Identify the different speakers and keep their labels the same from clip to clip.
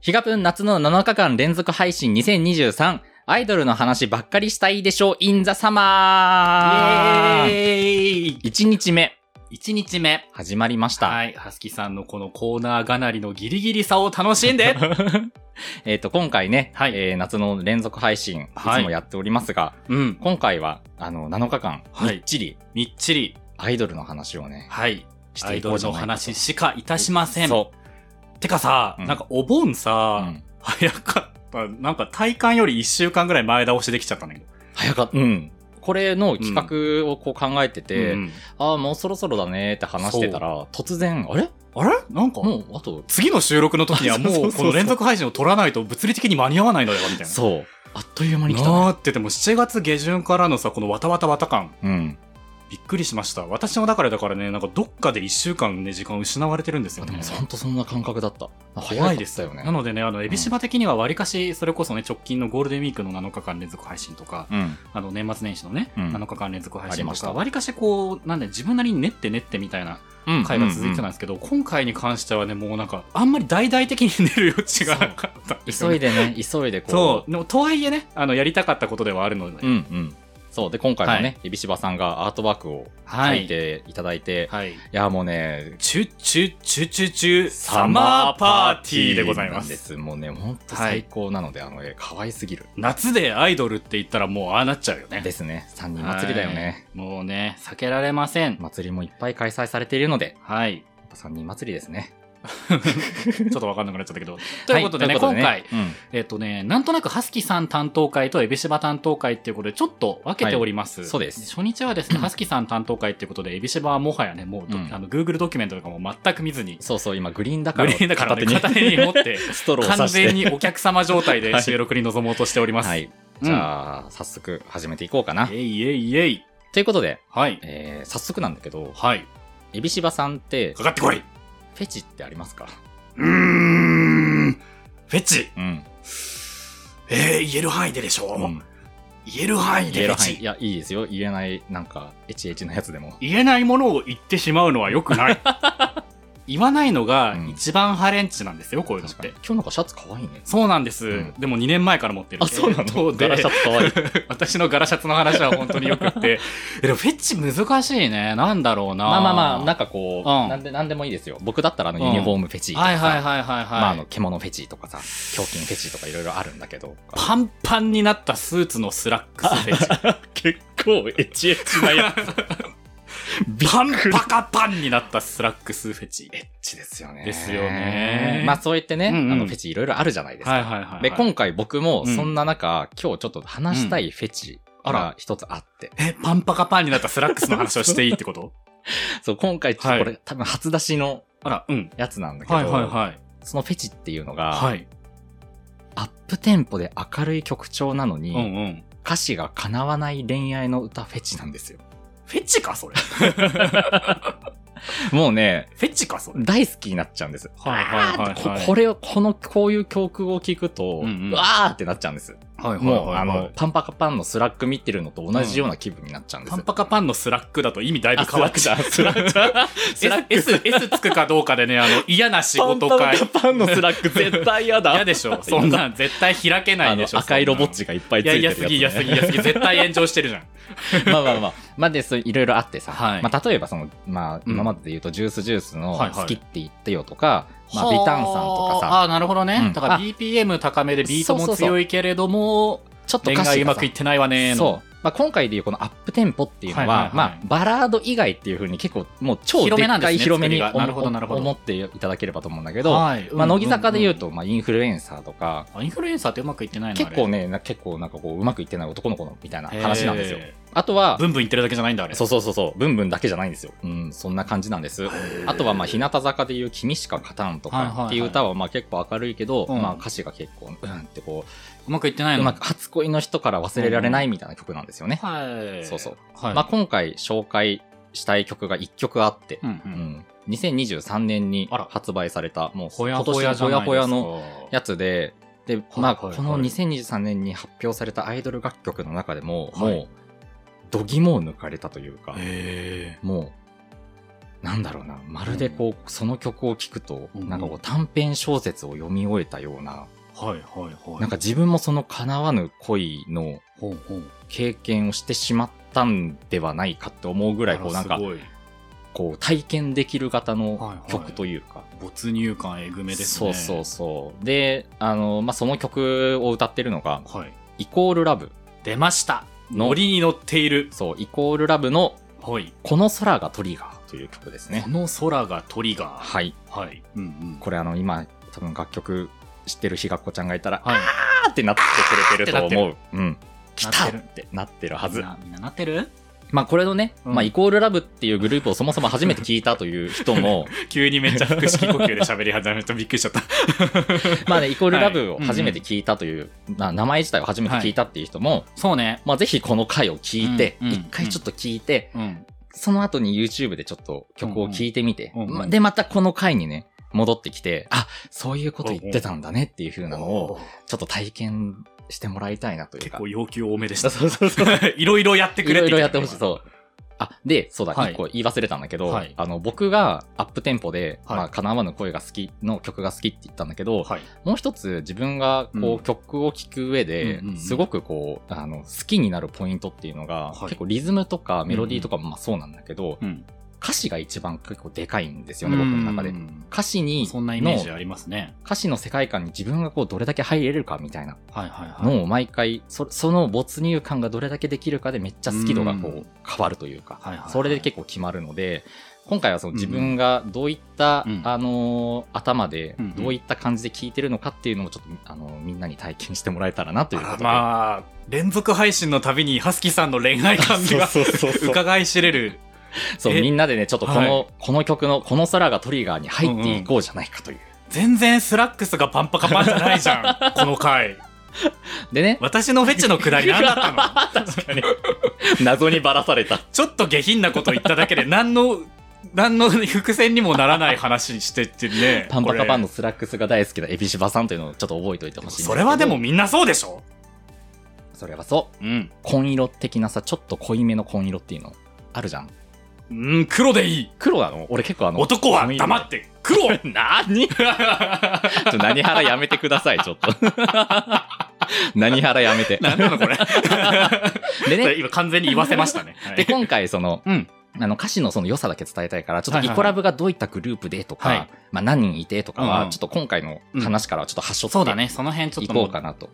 Speaker 1: ヒガプン夏の7日間連続配信2023、アイドルの話ばっかりしたいでしょう、in the summer!
Speaker 2: イエーイ
Speaker 1: 1日目、
Speaker 2: !1 日目。
Speaker 1: 始まりました。
Speaker 2: はい。はすきさんのこのコーナーがなりのギリギリさを楽しんで
Speaker 1: えっと、今回ね、
Speaker 2: はい
Speaker 1: えー夏の連続配信、い
Speaker 2: はい
Speaker 1: つもやっておりますが、
Speaker 2: うん。
Speaker 1: 今回は、あの、7日間、み
Speaker 2: はい
Speaker 1: っちり、
Speaker 2: みっちり。
Speaker 1: アイドルの話をね、
Speaker 2: はい。
Speaker 1: し
Speaker 2: ア
Speaker 1: て
Speaker 2: イ
Speaker 1: いこ
Speaker 2: ド
Speaker 1: う
Speaker 2: ル
Speaker 1: じゃ
Speaker 2: の
Speaker 1: ないかと
Speaker 2: 話しかいたしません。
Speaker 1: そ
Speaker 2: てかさ、
Speaker 1: うん
Speaker 2: なんかお盆
Speaker 1: う。う
Speaker 2: さ、
Speaker 1: ん
Speaker 2: 早かった。なんか体感より1週間ぐらい前倒しできちゃったんだけど。
Speaker 1: 早かった。うん。これの企画をこう考えてて、
Speaker 2: うん
Speaker 1: ああ、もうそろそろだねって話してたら、突然、あれ
Speaker 2: あれなんか、
Speaker 1: もうあと、
Speaker 2: 次の収録の時には
Speaker 1: そうそ
Speaker 2: も
Speaker 1: う
Speaker 2: う
Speaker 1: そう
Speaker 2: この連続配信を取らないと物理的に間に合わないのではみたいな。
Speaker 1: そう。あっという間に来た、ね。
Speaker 2: なーって、でも7月下旬からのさ、このわたわたわた感、
Speaker 1: うん。
Speaker 2: びっくりしました。私もだからだからね、なんかどっかで1週間ね、時間失われてるんですよ
Speaker 1: で
Speaker 2: ね
Speaker 1: も、。ほんとそんな感覚だった。
Speaker 2: 怖いです
Speaker 1: 早かった
Speaker 2: なのでね、あの、エビシバ的にはわりかし、それこそね、直近のゴールデンウィークの7日間連続配信とか、
Speaker 1: うん。
Speaker 2: あの、年末年始のね、
Speaker 1: うん
Speaker 2: 7日間連続配
Speaker 1: あり
Speaker 2: 信
Speaker 1: ま
Speaker 2: と
Speaker 1: した
Speaker 2: か、わりかしこう、なんで自分なりに練って練ってみたいな
Speaker 1: うん。
Speaker 2: 回が続いてたん
Speaker 1: ない。
Speaker 2: ですけど、今回に関してはね、もうなんか、あんまり大々的に 練る余地がなかったんですよ
Speaker 1: 急
Speaker 2: ね
Speaker 1: いでね、急いでこう。
Speaker 2: そう、でもとはいえね、あのやりたかったことではあるので、
Speaker 1: うんうん。そう。で、今回も
Speaker 2: は
Speaker 1: ね、指柴さんがアートワークを
Speaker 2: は
Speaker 1: 書
Speaker 2: い
Speaker 1: いていただいて、い、
Speaker 2: はい。
Speaker 1: や、もうね、
Speaker 2: チュチュチュチュチュサマーパーティーでございま。
Speaker 1: なんですす。もうね、ほんと最高なので、あの絵、可愛すぎる。
Speaker 2: 夏でアイドルって言ったらもうああなっちゃうよね。
Speaker 1: ですね。三人祭りだよね。
Speaker 2: はい。もうね、避けられません。
Speaker 1: 祭りもいっぱい開催されているので、
Speaker 2: はい。
Speaker 1: やっぱ三人祭りですね。
Speaker 2: ちょっとわかんなくなっちゃったけど。ということでね、
Speaker 1: はという
Speaker 2: 今回、
Speaker 1: うん
Speaker 2: えっ、とね、なんとなくハスキさん担当会とエビシバ担当会っていうことでちょっと分けております。
Speaker 1: はいそうです
Speaker 2: 初日はで すね、ハスキさん担当会っていうことで、エビシバはもはやね、もうど、
Speaker 1: うん
Speaker 2: あの、Google ドキュメントとかも全く見ずに、
Speaker 1: そうそう、今、グリーンだか
Speaker 2: グ
Speaker 1: ら
Speaker 2: リーンだからね、片
Speaker 1: 片手
Speaker 2: 手に
Speaker 1: に
Speaker 2: 持って、
Speaker 1: ストローを
Speaker 2: 完
Speaker 1: 刺して。
Speaker 2: 全にお客様状 態で収録に臨もうとしております。
Speaker 1: はい。じゃあ、早速始めていこうかな。
Speaker 2: えいえいえい。
Speaker 1: ということで、
Speaker 2: はい。
Speaker 1: えー早速なんだけど、
Speaker 2: はい。
Speaker 1: エビシバさんって、
Speaker 2: かかってこい。
Speaker 1: フェチってありますか
Speaker 2: うーん。フェチ。
Speaker 1: うん。
Speaker 2: えー、言える範囲ででしょ
Speaker 1: うん
Speaker 2: 言える範囲
Speaker 1: 言える範囲いや、いいですよ。言えない、なんか、エチエチなやつでも。
Speaker 2: 言えないものを言ってしまうのは良 くない。言わないのが
Speaker 1: うん
Speaker 2: 一番ハレンチなんですよ、こういうのっ
Speaker 1: 確かに。
Speaker 2: て
Speaker 1: 今。日なんかシャツ可愛いね。
Speaker 2: そうなんです、
Speaker 1: うん
Speaker 2: でも2年前から持ってる。
Speaker 1: あ、そうな
Speaker 2: えーと
Speaker 1: のガラシャツ可 愛い。
Speaker 2: 私のガラシャツの話は本当によ くって。でもフェチ難しいね。なんだろうな。
Speaker 1: まあまあまあ、なんかこう、
Speaker 2: うん
Speaker 1: なんで、なんでもいいですよ。僕だったらあの、
Speaker 2: うん
Speaker 1: ユニフォームフェチとか
Speaker 2: はい
Speaker 1: さ、
Speaker 2: はいはいはいはい。
Speaker 1: まああの、獣フェチとかさ、胸筋フェチとかいろいろあるんだけど。
Speaker 2: パンパンになったスーツのスラックスフェチ。
Speaker 1: 結構エチエチなやつ。
Speaker 2: パンパカパンになったスラックスフェチ。
Speaker 1: エッチですよね。
Speaker 2: ですよね
Speaker 1: まあそう言ってね、
Speaker 2: うんうん
Speaker 1: あの、フェチいろいろあるじゃないですか。
Speaker 2: はいはいはいはい。
Speaker 1: で、今回僕も
Speaker 2: うん
Speaker 1: そんな中、今日ちょっと話したいフェチ
Speaker 2: うんあ
Speaker 1: が
Speaker 2: ら
Speaker 1: 一つあって、
Speaker 2: え、パンパカパンになったスラックスの話をしていいってこと
Speaker 1: そう、今回ちょっとこれ、
Speaker 2: は
Speaker 1: 多分初出しの
Speaker 2: あら、うん。
Speaker 1: やつなんだけど、
Speaker 2: はいはいはい。
Speaker 1: そのフェチっていうのが、
Speaker 2: はい。
Speaker 1: アップテンポで明るい曲調なのに、
Speaker 2: うんうん。
Speaker 1: 歌詞が叶わない恋愛の歌フェチなんですよ。
Speaker 2: フェチかそれ。フ
Speaker 1: もうね、
Speaker 2: ェチかそれ。
Speaker 1: 大好きになっちゃうんです。
Speaker 2: はいはいはいはい
Speaker 1: あーってここれを、この、こういう曲を聴くと、う
Speaker 2: うんうん
Speaker 1: わーってなっちゃうんです。
Speaker 2: はい
Speaker 1: もう、あの、、パンパカパンのスラック見てるのと同じような気分になっちゃうんです。
Speaker 2: パンパカパンのスラックだと意味だいぶ
Speaker 1: あ
Speaker 2: 変わっちゃう。
Speaker 1: スラックだスラッ ク
Speaker 2: S、S つくかどうかでね、あの、嫌な仕事
Speaker 1: パ
Speaker 2: 会
Speaker 1: ン。パカパンのスラック絶対嫌だ。
Speaker 2: 嫌でしょ。そんなん絶対開けな
Speaker 1: あ
Speaker 2: い
Speaker 1: の
Speaker 2: でしょ。
Speaker 1: 赤色ぼっ
Speaker 2: ち
Speaker 1: ちがいっぱいつ
Speaker 2: いや
Speaker 1: いて
Speaker 2: い
Speaker 1: るや
Speaker 2: や
Speaker 1: つ、
Speaker 2: す
Speaker 1: ね。
Speaker 2: ぎやすぎやすぎ絶対炎上してるじゃん
Speaker 1: まあまあまあ。まあで、そういろいろあってさ、
Speaker 2: はい
Speaker 1: まあ例えばその、まあ
Speaker 2: う
Speaker 1: 今
Speaker 2: ん
Speaker 1: までで言うとジュースジュースの
Speaker 2: はいはい
Speaker 1: 好きって言ってよとか、まあビタンさんとかさ、
Speaker 2: ああーなるほどね、
Speaker 1: うん
Speaker 2: だから
Speaker 1: あ
Speaker 2: BPM 高めでビート
Speaker 1: そうそ
Speaker 2: も
Speaker 1: うそう
Speaker 2: 強いけれども
Speaker 1: ちょっと
Speaker 2: 恋
Speaker 1: 歌詞
Speaker 2: 愛う
Speaker 1: が
Speaker 2: ま
Speaker 1: さ
Speaker 2: くいってないわねーの
Speaker 1: そう。まあ今回でいうこのアップテンポっていうのは、
Speaker 2: はいはいはい
Speaker 1: まあバラード以外っていうふうに結構もう超で
Speaker 2: 広めな
Speaker 1: っ
Speaker 2: んで
Speaker 1: か
Speaker 2: す
Speaker 1: い
Speaker 2: ね
Speaker 1: 広めに
Speaker 2: 作りがなるほどなるほど
Speaker 1: 思っていただければと思うんだけど、
Speaker 2: はい
Speaker 1: まあ乃木坂で言うんと、まあインフルエンサーとか、
Speaker 2: んんあインフルエンサーってうまくいってないの
Speaker 1: 結構
Speaker 2: ね
Speaker 1: ね、な結構なんかこううまくいってない男の子のみたいな話なんですよ。あとは、
Speaker 2: ブンブン言ってるだけじゃないんだあれ
Speaker 1: そうそうそうそう、ブンブンだけじゃないんですよ。うん、そんな感じなんです。あとは、まあ、日向坂でいう君しか勝たんと
Speaker 2: はいはい
Speaker 1: か
Speaker 2: はい
Speaker 1: っていう歌は、まあ、結構明るいけど、
Speaker 2: うん
Speaker 1: まあ、歌詞が結構、うんってこ
Speaker 2: うまくいってな
Speaker 1: う、
Speaker 2: いうの
Speaker 1: まく初恋の人から忘れられないみたいな曲なんですよね。
Speaker 2: はい
Speaker 1: そうそう
Speaker 2: はい
Speaker 1: まあ、今回紹介したい曲が1曲あって、
Speaker 2: うんう
Speaker 1: うんん、2023年に
Speaker 2: あら
Speaker 1: 発売された、もう、
Speaker 2: ほや
Speaker 1: 今
Speaker 2: ほや
Speaker 1: 年
Speaker 2: じゃ
Speaker 1: ほや
Speaker 2: ないですか
Speaker 1: ほやのやつで、で、まあ、
Speaker 2: はいはい
Speaker 1: この2023年に発表されたアイドル楽曲の中でも、
Speaker 2: はい
Speaker 1: もう、度肝を抜かれたというか、
Speaker 2: へ
Speaker 1: もう、なんだろうな、まるでこう、その曲を聴くと、
Speaker 2: うん
Speaker 1: なんかこう短編小説を読み終えたような、
Speaker 2: はいはいはい。
Speaker 1: なんか自分もその叶わぬ恋の
Speaker 2: ほうほう、
Speaker 1: 経験をしてしまったんではないかって思うぐらい、こうなん
Speaker 2: あ
Speaker 1: から
Speaker 2: す、ごい
Speaker 1: こう体験できる型
Speaker 2: はい
Speaker 1: の
Speaker 2: はい
Speaker 1: 曲というか、
Speaker 2: 没入感えぐめです
Speaker 1: そ
Speaker 2: ね。
Speaker 1: うそうそう。で、あの、まあ、その曲を歌ってるのが、
Speaker 2: はい。
Speaker 1: イコールラブ。
Speaker 2: 出ました
Speaker 1: の
Speaker 2: ノリに乗っている。
Speaker 1: そう、イコールラブの、
Speaker 2: はい。
Speaker 1: この空がトリガーという曲ですね
Speaker 2: こ。の空がトリガー。
Speaker 1: はい。
Speaker 2: はい。うんうん。
Speaker 1: これあの、今、多分楽曲知ってるひがっこちゃんがいたら、
Speaker 2: はい。
Speaker 1: あーってなってくれてると思う。うん。来た
Speaker 2: な
Speaker 1: っ
Speaker 2: ってる
Speaker 1: てなってるは
Speaker 2: み
Speaker 1: ず
Speaker 2: ん。なみんななってる
Speaker 1: まあこれのね、
Speaker 2: うん
Speaker 1: まあイコールラブっていうグループをそもそも初めて聞いたという人 も、
Speaker 2: 急にめっちゃ腹式呼吸で喋り始めるとびっくりしちゃった。
Speaker 1: まあね、イコールラブ
Speaker 2: はい
Speaker 1: を
Speaker 2: うんうん
Speaker 1: 初めて聞いたという、まあ名前自体を初めて聞いたっていう人も、
Speaker 2: そうね。
Speaker 1: まあぜひこの回を聞いて、
Speaker 2: うんうん
Speaker 1: 一回ちょっと聞いて、
Speaker 2: うん。
Speaker 1: その後に YouTube でちょっと曲を聴いてみて、
Speaker 2: うんうんうんうん
Speaker 1: で、またこの回にね、戻ってきて、あ、そういうこと言ってたんだねっていう風なのを、ちょっと体験してもらいたいなという
Speaker 2: 結
Speaker 1: か。
Speaker 2: 構要求多めでし
Speaker 1: そ
Speaker 2: た
Speaker 1: う。そうそうそう。
Speaker 2: いろいろや ってく
Speaker 1: い
Speaker 2: れ
Speaker 1: ろ
Speaker 2: て
Speaker 1: いろやってほしい。
Speaker 2: う。
Speaker 1: そう。あ、で、そうだ、一、
Speaker 2: はい
Speaker 1: 個言い忘れたんだけど、
Speaker 2: はい
Speaker 1: あの、僕がアップテンポで、
Speaker 2: はい
Speaker 1: まあ、叶わぬ声が好きの曲が好きって言ったんだけど、
Speaker 2: はい。
Speaker 1: もう一つ自分がこう、
Speaker 2: うん
Speaker 1: 曲を聴く上で
Speaker 2: うんうんう、ん
Speaker 1: すごくこう、あの、好きになるポイントっていうのが、
Speaker 2: はい
Speaker 1: 結構リズムとかメロディーとかもまあそうなんだけど、
Speaker 2: うん。
Speaker 1: 歌詞が一番結構でかいんですよね、僕の中で。歌詞に、
Speaker 2: そんなイメージ
Speaker 1: の
Speaker 2: ありますね。
Speaker 1: 歌詞の世界観に自分がこうどれだけ入れるかみたいな
Speaker 2: はいはいはい。
Speaker 1: のを毎回、そその没入感がどれだけできるかでめっちゃ好き度がこ
Speaker 2: う
Speaker 1: うん変わるというか、
Speaker 2: はいはいはい
Speaker 1: それで結構決まるので、今回はその自分がどういった、
Speaker 2: うん
Speaker 1: あのー頭で
Speaker 2: うんうん
Speaker 1: どういった感じで聴いてるのかっていうのをちょっと、あのーみんなに体験してもらえたらなということ
Speaker 2: あら
Speaker 1: で。
Speaker 2: まあ、連続配信のたびに、ハスキーさんの恋愛感が
Speaker 1: そうそうそうそう
Speaker 2: 伺い知れる。
Speaker 1: そう
Speaker 2: え
Speaker 1: みんなでねちょっとこの、この曲のこの空がトリガーに入っていこうじゃないかという、
Speaker 2: 全然スラックスがパンパカパンじゃないじゃん、 この回。
Speaker 1: でね
Speaker 2: 私のフェチのくだり何だった の
Speaker 1: 確かに謎にばらされ た
Speaker 2: ちょっと下品なこと言った だけで、何の、何の伏線にもならない話してってね。
Speaker 1: パンパカパンの
Speaker 2: こ
Speaker 1: スラックスが大好きなエビシバさんというのをちょっと覚えておいてほ
Speaker 2: れ。
Speaker 1: しいんですけど
Speaker 2: それはでもみんなそうでしょ
Speaker 1: それはそう
Speaker 2: うん。
Speaker 1: 紺色的なさちょっと濃いめの紺色っていうのあるじゃん
Speaker 2: うん、黒でいい。
Speaker 1: 黒なの俺結構あの
Speaker 2: 男は黙ってて、黒
Speaker 1: 何ちょっと何腹やめてくださいちょっと 何腹やめて
Speaker 2: 何なのこれ。
Speaker 1: で
Speaker 2: そ
Speaker 1: ね
Speaker 2: れ 今完全に言わせ ましたね。は
Speaker 1: で
Speaker 2: い
Speaker 1: 今回その
Speaker 2: うん。
Speaker 1: あの歌詞のその良さだけ伝えたいから、ちょっ
Speaker 2: はい
Speaker 1: とイ
Speaker 2: はいはい
Speaker 1: コラブがどういったグループでとか、
Speaker 2: はい
Speaker 1: まあ何人いてとか
Speaker 2: うん
Speaker 1: は、
Speaker 2: うん
Speaker 1: ちょっと今回の話からはちょっと発祥
Speaker 2: そうだね、その辺ちょっ
Speaker 1: 行
Speaker 2: と
Speaker 1: こ
Speaker 2: も
Speaker 1: うかなと。
Speaker 2: う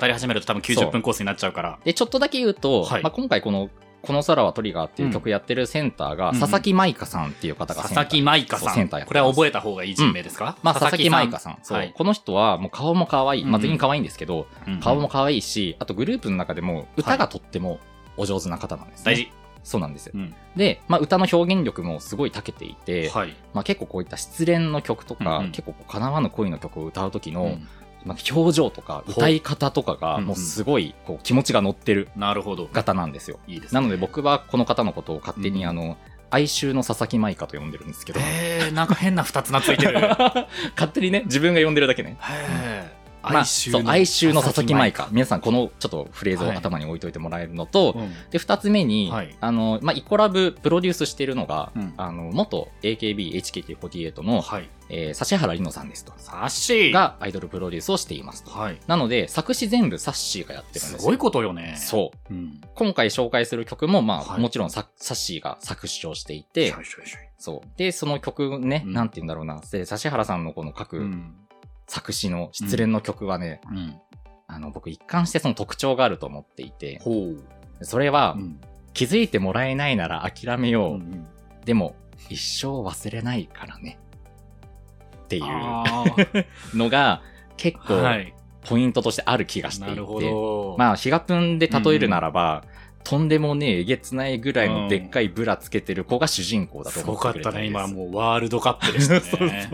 Speaker 2: 語り始めると多分90分コースになっちゃうから。
Speaker 1: で、ちょっとだけ言うと、
Speaker 2: はい
Speaker 1: まあ今回この、この空はトリガーっていう曲やってるセンターが、
Speaker 2: うんうん
Speaker 1: 佐々木舞香さんっていう方が
Speaker 2: 佐
Speaker 1: センター
Speaker 2: 々木舞香
Speaker 1: そう
Speaker 2: さ
Speaker 1: センターやってます
Speaker 2: ん。これは覚えた方がいい人名ですか、
Speaker 1: まあ佐々木舞香さん。そう、
Speaker 2: はい
Speaker 1: この人はもう顔も可愛い。ま
Speaker 2: うんう
Speaker 1: あ
Speaker 2: ん
Speaker 1: 全員可愛いんですけど、
Speaker 2: うん
Speaker 1: 顔も可愛いし、あとグループの中でも歌がとってもお上手な方なんです、ね
Speaker 2: 大。事。
Speaker 1: そうなんですよ。
Speaker 2: うん
Speaker 1: で、まあ歌の表現力もすごい長けていて、
Speaker 2: はい。
Speaker 1: まあ、結構こういった失恋の曲とか、
Speaker 2: うんうん
Speaker 1: 結構こう叶わぬ恋の曲を歌う時の、
Speaker 2: うん
Speaker 1: まあ、表情とか
Speaker 2: ほう
Speaker 1: 歌い方とかが
Speaker 2: うんうん
Speaker 1: もうすごいこう気持ちが乗ってる
Speaker 2: なるほど。
Speaker 1: 方なんですよ。
Speaker 2: いいですね。
Speaker 1: なので僕はこの方のことを勝手に
Speaker 2: うん
Speaker 1: あの哀愁の佐々木舞香と呼んでるんですけど、
Speaker 2: えー、なんか変な二つ名ついてる。へ
Speaker 1: 勝手にね自分が呼んでるだけね。
Speaker 2: え。
Speaker 1: まあ、そう哀愁の佐々木舞香。皆さんこのちょっとフレーズを
Speaker 2: はい
Speaker 1: 頭に置いといてもらえるのと、
Speaker 2: うん
Speaker 1: で2つ目に、
Speaker 2: はい
Speaker 1: あのまあ、イコラブプロデュースしているのが、
Speaker 2: うん
Speaker 1: あの元 AKB48 の、
Speaker 2: はい。
Speaker 1: えー指原莉乃さんですと。
Speaker 2: サッシー。
Speaker 1: がアイドルプロデュースをしていますと。
Speaker 2: はい。
Speaker 1: なので、作詞全部サッシーがやってるんですよ。
Speaker 2: すごいことよね。
Speaker 1: そう。
Speaker 2: う。うん。
Speaker 1: 今回紹介する曲も、まあ、
Speaker 2: はい
Speaker 1: もちろんササッシーが作詞をしていて
Speaker 2: しょ、いしょいしょい
Speaker 1: そう。で、その曲ね、
Speaker 2: うん
Speaker 1: なんて言うんだろうな。で、指原さんのこの各、
Speaker 2: うん。
Speaker 1: 作詞の失恋の曲はね、
Speaker 2: うん。
Speaker 1: あの、僕一貫してその特徴があると思っていて、
Speaker 2: ほう。
Speaker 1: それは、
Speaker 2: ん。
Speaker 1: 気づいてもらえないなら諦めよう。
Speaker 2: ん。
Speaker 1: でも、一生忘れないからね。っていう
Speaker 2: あー
Speaker 1: のが、結
Speaker 2: は
Speaker 1: 構、
Speaker 2: い。
Speaker 1: ポイントとしてある気がしてい
Speaker 2: な
Speaker 1: て、
Speaker 2: るほど。
Speaker 1: まあ、ヒガプンで例えるならば、とんでもねえ、えげつないぐらいのでっかいブラつけてる子が主人公だと
Speaker 2: す
Speaker 1: 思っ
Speaker 2: ご
Speaker 1: て
Speaker 2: か
Speaker 1: く
Speaker 2: っ
Speaker 1: れ
Speaker 2: た
Speaker 1: たらい
Speaker 2: ね、
Speaker 1: いです
Speaker 2: 今もうワールドカップでし た
Speaker 1: そうそうそう
Speaker 2: ね。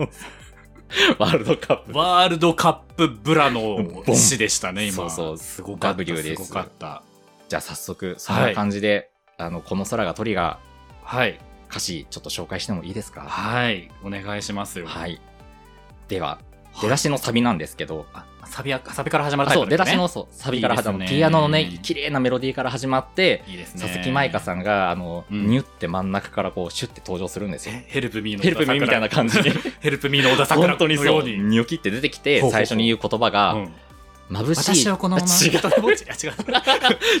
Speaker 1: ワールドカップ。
Speaker 2: ワールドカップブラの死でしたね、今。
Speaker 1: そうそう
Speaker 2: すごかった。
Speaker 1: W です
Speaker 2: ごかった。
Speaker 1: じゃあ早速、そんな感じで、あの、この空がトリガー、
Speaker 2: はい。
Speaker 1: 歌詞、ちょっと紹介してもいいですか
Speaker 2: はい。お願いしますよ。
Speaker 1: はい。では、
Speaker 2: はい
Speaker 1: 出だしのサビなんですけど、
Speaker 2: あサビやサビから始まる
Speaker 1: あ
Speaker 2: タイ
Speaker 1: そ
Speaker 2: プ
Speaker 1: う、
Speaker 2: で
Speaker 1: 出だし
Speaker 2: すね
Speaker 1: のそうサビから始まる
Speaker 2: いいですね
Speaker 1: ピアノのね、綺麗なメロディーから始まって、
Speaker 2: いいですね
Speaker 1: 佐々木舞香さんが、あの、
Speaker 2: うん
Speaker 1: ニュって真ん中からこう、シュって登場するんですよ。
Speaker 2: ヘルプミーの
Speaker 1: ヘルプミーみたいな感じに。
Speaker 2: ヘルプミーの小田桜
Speaker 1: 本当
Speaker 2: の
Speaker 1: にそ
Speaker 2: よ
Speaker 1: う、
Speaker 2: うに
Speaker 1: ニョキって出てき
Speaker 2: ほ
Speaker 1: て、
Speaker 2: うほうほう
Speaker 1: 最初に言う言葉
Speaker 2: う
Speaker 1: が、
Speaker 2: ん
Speaker 1: 眩しい。
Speaker 2: 私をこのまま
Speaker 1: 違う。
Speaker 2: 一人ぼっちあ違う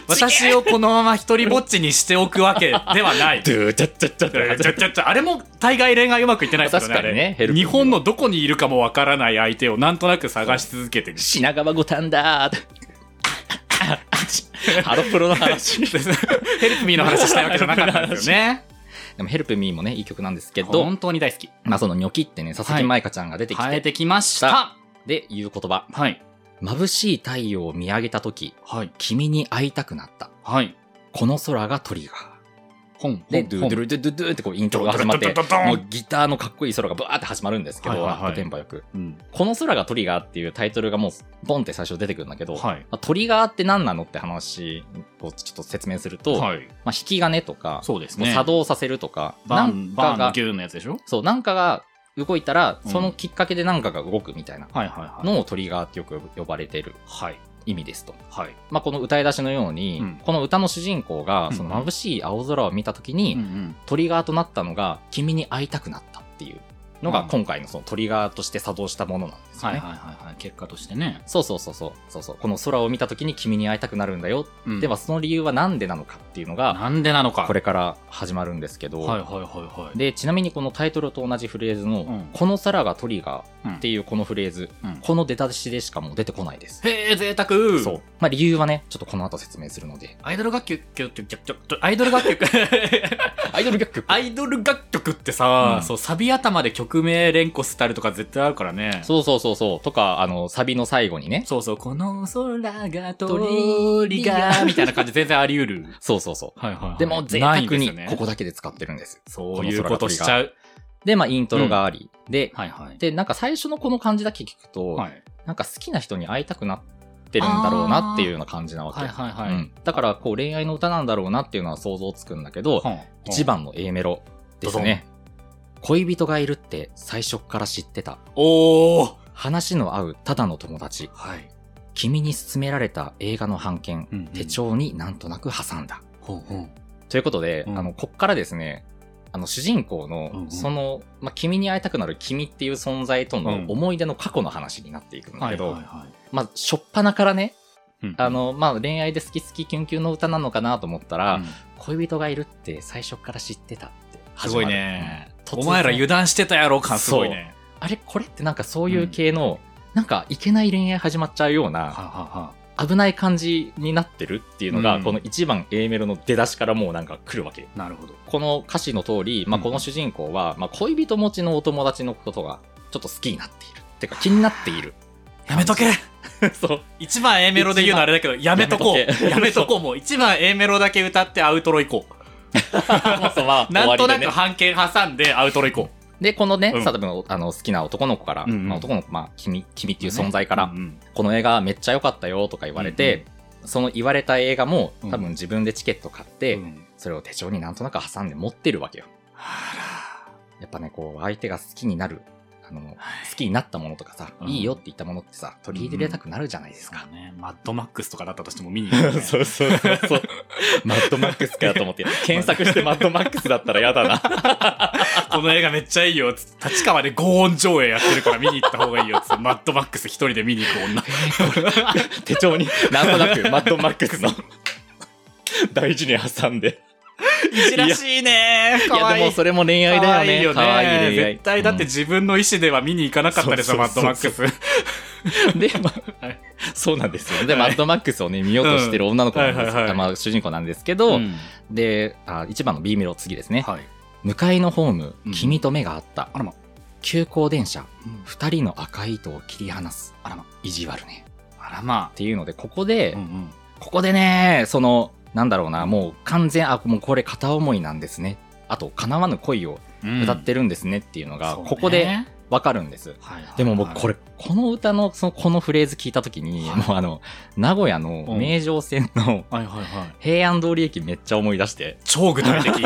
Speaker 2: 私をこのまま一人ぼっちにしておくわけではない
Speaker 1: ドゥーチャッチャッチャッ
Speaker 2: いやいや
Speaker 1: チ
Speaker 2: ちょちょちょあれも大概恋愛うまくいってないですよね
Speaker 1: 確かにね
Speaker 2: あれ
Speaker 1: ヘルプミー
Speaker 2: 日
Speaker 1: は
Speaker 2: 本のどこにいるかもわからない相手をなんとなく探し続けてる
Speaker 1: 品川五反だーハロプロの話。
Speaker 2: ヘルプミーの話したいわけじゃなかったんですよね。
Speaker 1: でも、ヘルプミーもね、いい曲なんですけど
Speaker 2: 本、当に大好き。
Speaker 1: まあそのニョキってね、佐々木舞香ちゃんが出てき
Speaker 2: 生え
Speaker 1: て、
Speaker 2: てきまし
Speaker 1: さ
Speaker 2: た。
Speaker 1: で、言う言葉。
Speaker 2: はい。
Speaker 1: 眩しい太陽を見上げたとき、
Speaker 2: はい。
Speaker 1: 君に会いたくなった。
Speaker 2: はい。
Speaker 1: この空がトリガー。
Speaker 2: 本。
Speaker 1: で、
Speaker 2: 本
Speaker 1: ドゥドゥルドゥドゥドゥってこうイントロが始まって
Speaker 2: ドゥドゥドゥドゥドゥ、
Speaker 1: もうギターのかっこいい空がバーって始まるんですけ
Speaker 2: はい
Speaker 1: ど、
Speaker 2: はい
Speaker 1: ア
Speaker 2: はい
Speaker 1: ップテンポよく。
Speaker 2: うん
Speaker 1: この空がトリガーっていうタイトルがもうボンって最初出てくるんだけど、
Speaker 2: はい。
Speaker 1: まあトリガーって何なのって話をちょっと説明すると、
Speaker 2: はい。
Speaker 1: まあ、引き金とか、
Speaker 2: そうです
Speaker 1: もう
Speaker 2: ね。
Speaker 1: 作動させるとか、
Speaker 2: バ
Speaker 1: なん
Speaker 2: ン、
Speaker 1: か
Speaker 2: バン、
Speaker 1: が
Speaker 2: ギ、ューンのやつでしょ
Speaker 1: そう、なんかが動いたら、
Speaker 2: うん
Speaker 1: そのきっかけで何かが動くみたいな
Speaker 2: はいはいはい。
Speaker 1: のをトリガーってよく呼ばれてる
Speaker 2: はい。
Speaker 1: 意味ですと。
Speaker 2: はい。
Speaker 1: まあ、この歌い出しのように、
Speaker 2: うん
Speaker 1: この歌の主人公が、その眩しい青空を見た時に、
Speaker 2: うん
Speaker 1: トリガーとなったのが、君に会いたくなったっていうの
Speaker 2: う
Speaker 1: が
Speaker 2: ん
Speaker 1: 今回のそのトリガーとして作動したものなんですよ
Speaker 2: はいは
Speaker 1: ね。
Speaker 2: いはいはい。結果としてね。
Speaker 1: そうそうそうそうそうそう。この空を見た時に君に会いたくなるんだよ。
Speaker 2: うん
Speaker 1: では、その理由はなんでなのかっていうのが、
Speaker 2: なんでなのか。
Speaker 1: これから始まるんですけど、
Speaker 2: はいはいはいはい。
Speaker 1: で、ちなみにこのタイトルと同じフレーズの、
Speaker 2: ん
Speaker 1: この皿がトリガ
Speaker 2: うん
Speaker 1: ーっていうこのフレーズ、
Speaker 2: うん
Speaker 1: この出だしでしかもう出てこないです。
Speaker 2: へえ、贅沢
Speaker 1: そう。まあ、理由はね、ちょっとこの後説明するので。
Speaker 2: アイドル楽曲、ちょ、ちょ、ちょ、ちょアイドル楽 曲。
Speaker 1: アイドル楽曲
Speaker 2: アイドル楽曲ってさ、
Speaker 1: うん
Speaker 2: そうサビ頭で曲名連呼したりとか絶対あるからね。
Speaker 1: そうそうそうそう。とか、あの、サビの最後にね。
Speaker 2: そうそう、この空が鳥が、みたいな感じ全然あり得る。
Speaker 1: そうそうそう。
Speaker 2: はいはい、はい。
Speaker 1: でも、贅
Speaker 2: な
Speaker 1: 沢
Speaker 2: いんですよ
Speaker 1: に
Speaker 2: ね
Speaker 1: ここだけで使ってるんです。
Speaker 2: そういうことしちゃう。
Speaker 1: で、まあ、イントロがあり。で、
Speaker 2: はいはい。
Speaker 1: で、なんか最初のこの感じだけ聞くと、
Speaker 2: はい、
Speaker 1: なんか好きな人に会いたくなってるんだろうなっていうような感じなわけ。
Speaker 2: はいはいはい。
Speaker 1: うん、だから、こう、恋愛の歌なんだろうなっていうのは想像つくんだけど、一。番の A メロですね。恋人がいるって最初っから知ってた。
Speaker 2: おー
Speaker 1: 話の合うただの友達。
Speaker 2: はい。
Speaker 1: 君に勧められた映画の版権、
Speaker 2: うんうん
Speaker 1: 手帳になんとなく挟んだ。
Speaker 2: ほうほう。
Speaker 1: ということで、
Speaker 2: うん
Speaker 1: あの、こっからですね、あの、主人公の、
Speaker 2: うんうん
Speaker 1: その、まあ、君に会いたくなる君っていう存在と
Speaker 2: う
Speaker 1: の
Speaker 2: ん
Speaker 1: 思い出の過去の話になっていくんだ
Speaker 2: はい
Speaker 1: けど、
Speaker 2: はいはい。
Speaker 1: まあ、しょっぱなからね、
Speaker 2: うん
Speaker 1: あ、の、まあ、恋愛で好き好きキュンキュンの歌なのかなと思ったら、
Speaker 2: うん
Speaker 1: 恋人がいるって最初から知ってたって
Speaker 2: す
Speaker 1: 始ま
Speaker 2: ご
Speaker 1: る。
Speaker 2: いね
Speaker 1: う。ん
Speaker 2: お前ら油断してたやろ感すごい
Speaker 1: そ
Speaker 2: ね。
Speaker 1: あれこれってなんかそういう系の、なんかいけない恋愛始まっちゃうよう
Speaker 2: は
Speaker 1: な、
Speaker 2: はは
Speaker 1: 危ない感じになってるっていうのが、
Speaker 2: うん
Speaker 1: この1番 A メロの出だしからもうなんか来るわけよ。
Speaker 2: なるほど。
Speaker 1: この歌詞の通り、まあ、
Speaker 2: うん
Speaker 1: この主人公は、まあ、恋人持ちのお友達のことがちょっと好きになっている。てか気になって いる。
Speaker 2: やめとけ
Speaker 1: そう。
Speaker 2: 一番 A メロで言うのあれだけど、やめとこ
Speaker 1: やめと
Speaker 2: う。
Speaker 1: け
Speaker 2: やめとこう。もう一番 A メロだけ歌ってアウトロ行こ
Speaker 1: もうそうまあ
Speaker 2: う。な
Speaker 1: 終わ
Speaker 2: んとな
Speaker 1: りで
Speaker 2: く
Speaker 1: ね
Speaker 2: 半径挟んでアウトロ行こ
Speaker 1: で、このね、
Speaker 2: うん
Speaker 1: さ、多分、あの、好きな男の子から、
Speaker 2: うんうん
Speaker 1: まあ、男の子、まあ、君、君って
Speaker 2: う。
Speaker 1: いう存在から、
Speaker 2: うんうん
Speaker 1: この映画めっちゃ良かったよとか言われて、その言われた映画も、多分自分でチケット買って、
Speaker 2: うん
Speaker 1: それを手帳になんとなく挟んで持ってるわけよ。やっぱね、こう、相手が好きになる、あの、好きになったものとかさ、
Speaker 2: うん
Speaker 1: いいよって言ったものってさ、取り入れたくなるじゃないです
Speaker 2: そう
Speaker 1: か。
Speaker 2: ね。マッドマックスとかだったとしても見に行くよ ね
Speaker 1: うそうそう。マッドマックスかと思って、検索してマッドマックスだったらやだな。
Speaker 2: この映画めっちゃいいよ。つ立川でゴーン上映やってるから見に行った方がいいよ。つってマッドマックス一人で見に行く女。
Speaker 1: 手帳になんとなく マッドマックスの大事に挟んで。
Speaker 2: いじらしいね。
Speaker 1: いや、でもそれも恋愛だよね。
Speaker 2: 可
Speaker 1: 可
Speaker 2: 愛
Speaker 1: 愛い
Speaker 2: いよね。
Speaker 1: 恋愛。
Speaker 2: 絶対だって自分の意思では見に行かなかったでしょ、
Speaker 1: うん
Speaker 2: マッドマックス。
Speaker 1: うん、で、まあ
Speaker 2: はい
Speaker 1: そうなんですよ。で、
Speaker 2: はい
Speaker 1: マッドマックスをね、見ようとしてる女の子なんです、
Speaker 2: うんはいはいはい
Speaker 1: まあ、主人公なんですけど、
Speaker 2: うん
Speaker 1: で、あ1番の B メロ、次ですね。
Speaker 2: はい。
Speaker 1: 向かいのホーム
Speaker 2: うん、
Speaker 1: 君と目があった。
Speaker 2: あらま
Speaker 1: 急行電車、
Speaker 2: うん
Speaker 1: 二人の赤い糸を切り離す。
Speaker 2: あらま
Speaker 1: 意地悪ね。
Speaker 2: あらま
Speaker 1: っていうので、ここで、
Speaker 2: あ。うん
Speaker 1: ここでね、その、なんだろうな、もう完全、あ、もうこれ片思いなんですね。あと、叶わぬ恋を
Speaker 2: うん
Speaker 1: 歌ってるんですねっていうのが、
Speaker 2: そうね
Speaker 1: ここでわかるんです。
Speaker 2: はいはい
Speaker 1: でも僕、こ
Speaker 2: れ、
Speaker 1: れ、この歌の、その、このフレーズ聞いたときに、
Speaker 2: はい
Speaker 1: もうあの、名古屋の名城線の
Speaker 2: はいはいはい。
Speaker 1: 平安通り駅めっちゃ思い出して、
Speaker 2: 超具体的。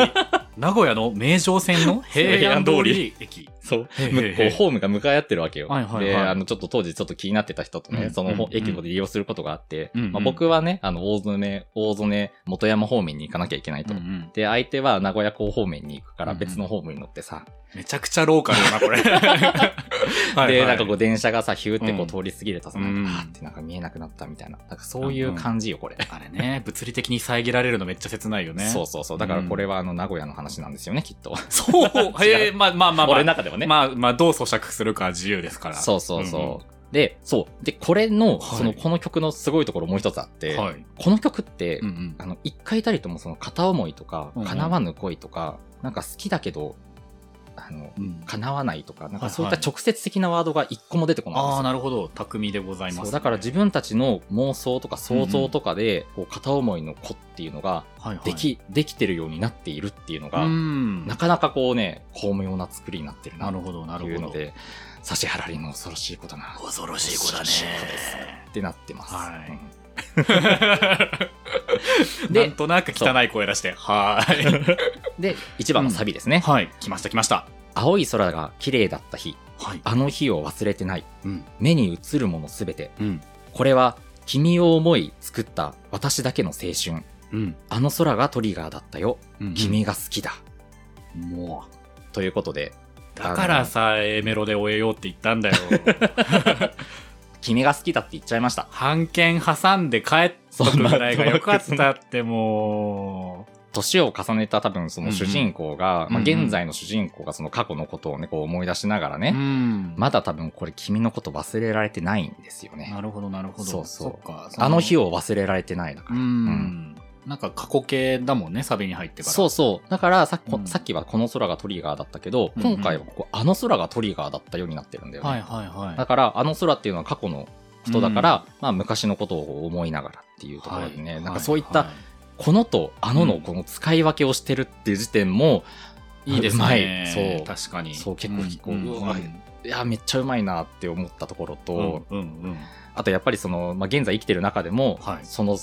Speaker 2: 名古屋の名城線の平安通り駅。
Speaker 1: そう。
Speaker 2: へ
Speaker 1: む
Speaker 2: へ
Speaker 1: こう
Speaker 2: へ
Speaker 1: ホームが向かい合ってるわけよ。
Speaker 2: はいはいはい
Speaker 1: で、あの、ちょっと当時ちょっと気になってた人とね、
Speaker 2: うん
Speaker 1: そのほ
Speaker 2: うん
Speaker 1: 駅まで利用することがあって、
Speaker 2: うん
Speaker 1: ま
Speaker 2: う
Speaker 1: あ、
Speaker 2: ん
Speaker 1: 僕はね、あの、大曽根、大曽根、元山方面に行かなきゃいけないと。
Speaker 2: うん
Speaker 1: で、相手は名古屋港方面に行くから
Speaker 2: うんうん
Speaker 1: 別のホームに乗ってさ。
Speaker 2: めちゃくちゃローカルだな、こ れ。は
Speaker 1: で、なんかこ
Speaker 2: こ
Speaker 1: う電車がさ、ヒューってこ
Speaker 2: う
Speaker 1: うん通り過ぎるとさ、
Speaker 2: うん
Speaker 1: なんか、あーってなんか見えなくなったみたいな。なんかそういう感じよ、これ。
Speaker 2: あれね、物理的に遮られるのめっちゃ切ない よね。
Speaker 1: そうそうそう。だからこれはあの、名古屋の話なんですよね、きっと。
Speaker 2: そう。
Speaker 1: 違
Speaker 2: へえ、
Speaker 1: う
Speaker 2: まあまあまあま
Speaker 1: 俺
Speaker 2: あ。
Speaker 1: の中ではね。
Speaker 2: まあまあ、どう咀嚼するかは自由ですから。
Speaker 1: そうそうそう。
Speaker 2: うん
Speaker 1: で、そう。で、これの、
Speaker 2: はい
Speaker 1: その、この曲のすごいところもう一つあって、
Speaker 2: はい。
Speaker 1: この曲って、
Speaker 2: うんうん
Speaker 1: あの、一回たりともその片思いとか
Speaker 2: うんう、ん
Speaker 1: 叶わぬ恋とか、なんか好きだけど、あの、
Speaker 2: うん
Speaker 1: 叶わないとか、なんかそういっ
Speaker 2: はい
Speaker 1: た
Speaker 2: はい
Speaker 1: 直接的なワードが一個も出てこないんです
Speaker 2: あ
Speaker 1: よ
Speaker 2: あ、なるほど。匠でございます、
Speaker 1: そうだから自分たちの妄想とか想像とかで、こう片思いの子っていうのが
Speaker 2: はいはい
Speaker 1: でき、できてるようになっているっていうのが、
Speaker 2: うん
Speaker 1: なかなかこうね巧妙な作りになってるな
Speaker 2: なる
Speaker 1: っ
Speaker 2: ほど、な
Speaker 1: て
Speaker 2: る
Speaker 1: いう
Speaker 2: ほ
Speaker 1: の
Speaker 2: ど。
Speaker 1: で指原莉の恐ろしいことな
Speaker 2: 恐
Speaker 1: 恐
Speaker 2: ろ
Speaker 1: ろしい子です ってなってます、
Speaker 2: はい
Speaker 1: うん
Speaker 2: なんとなく汚い声出して、は ーい。
Speaker 1: で一番のサビですね、
Speaker 2: はい、来ました来ました。
Speaker 1: 青い空が綺麗だった日
Speaker 2: はい。
Speaker 1: あの日を忘れてない
Speaker 2: うん。
Speaker 1: 目に映るものすべて
Speaker 2: うん。
Speaker 1: これは君を思い作った私だけの青春
Speaker 2: うん。
Speaker 1: あの空がトリガーだったよ
Speaker 2: うん
Speaker 1: 君が好きだ、
Speaker 2: も
Speaker 1: ということで
Speaker 2: う。だからさ、A メロで終えようって言ったんだよ。
Speaker 1: 君が好きだって言っちゃいました
Speaker 2: 半券挟んで帰っとくぐらいがよかったっても
Speaker 1: 年を重ねた多分その主人公が、
Speaker 2: うん
Speaker 1: ま
Speaker 2: う
Speaker 1: あ、
Speaker 2: ん
Speaker 1: 現在の主人公がその過去のことをねこう思い出しながら
Speaker 2: う。
Speaker 1: ね、
Speaker 2: ん
Speaker 1: まだ多分これ君のこと忘れられてないんですよね
Speaker 2: なるほど、なるほど。
Speaker 1: そうそう
Speaker 2: っか
Speaker 1: あの日
Speaker 2: を。
Speaker 1: を忘れられてないだか
Speaker 2: う
Speaker 1: ら、
Speaker 2: ん。なんか過去形だもんね、サビに入ってから。
Speaker 1: そうそうだからさっ,、
Speaker 2: うん
Speaker 1: さっきはこの空がトリガーだったけど
Speaker 2: うんうん
Speaker 1: 今回はここあの空がトリガーだったようになってるんだよね、
Speaker 2: はいはいはい。
Speaker 1: だからあの空っていうのは過去の人だから、まあ、昔のことを思いながらっていうところでね、
Speaker 2: は
Speaker 1: なんかそういっ
Speaker 2: は
Speaker 1: たこのとあののこの使い分けをしてるっていう時点も、
Speaker 2: いいです
Speaker 1: うま
Speaker 2: ね。
Speaker 1: いそう
Speaker 2: 確かに。
Speaker 1: そう結構こう
Speaker 2: うん
Speaker 1: うわいやめっちゃうまいなって思ったところと、
Speaker 2: うんうんうん。
Speaker 1: あとやっぱりその、まあ、現在生きてる中でも、
Speaker 2: はい
Speaker 1: その、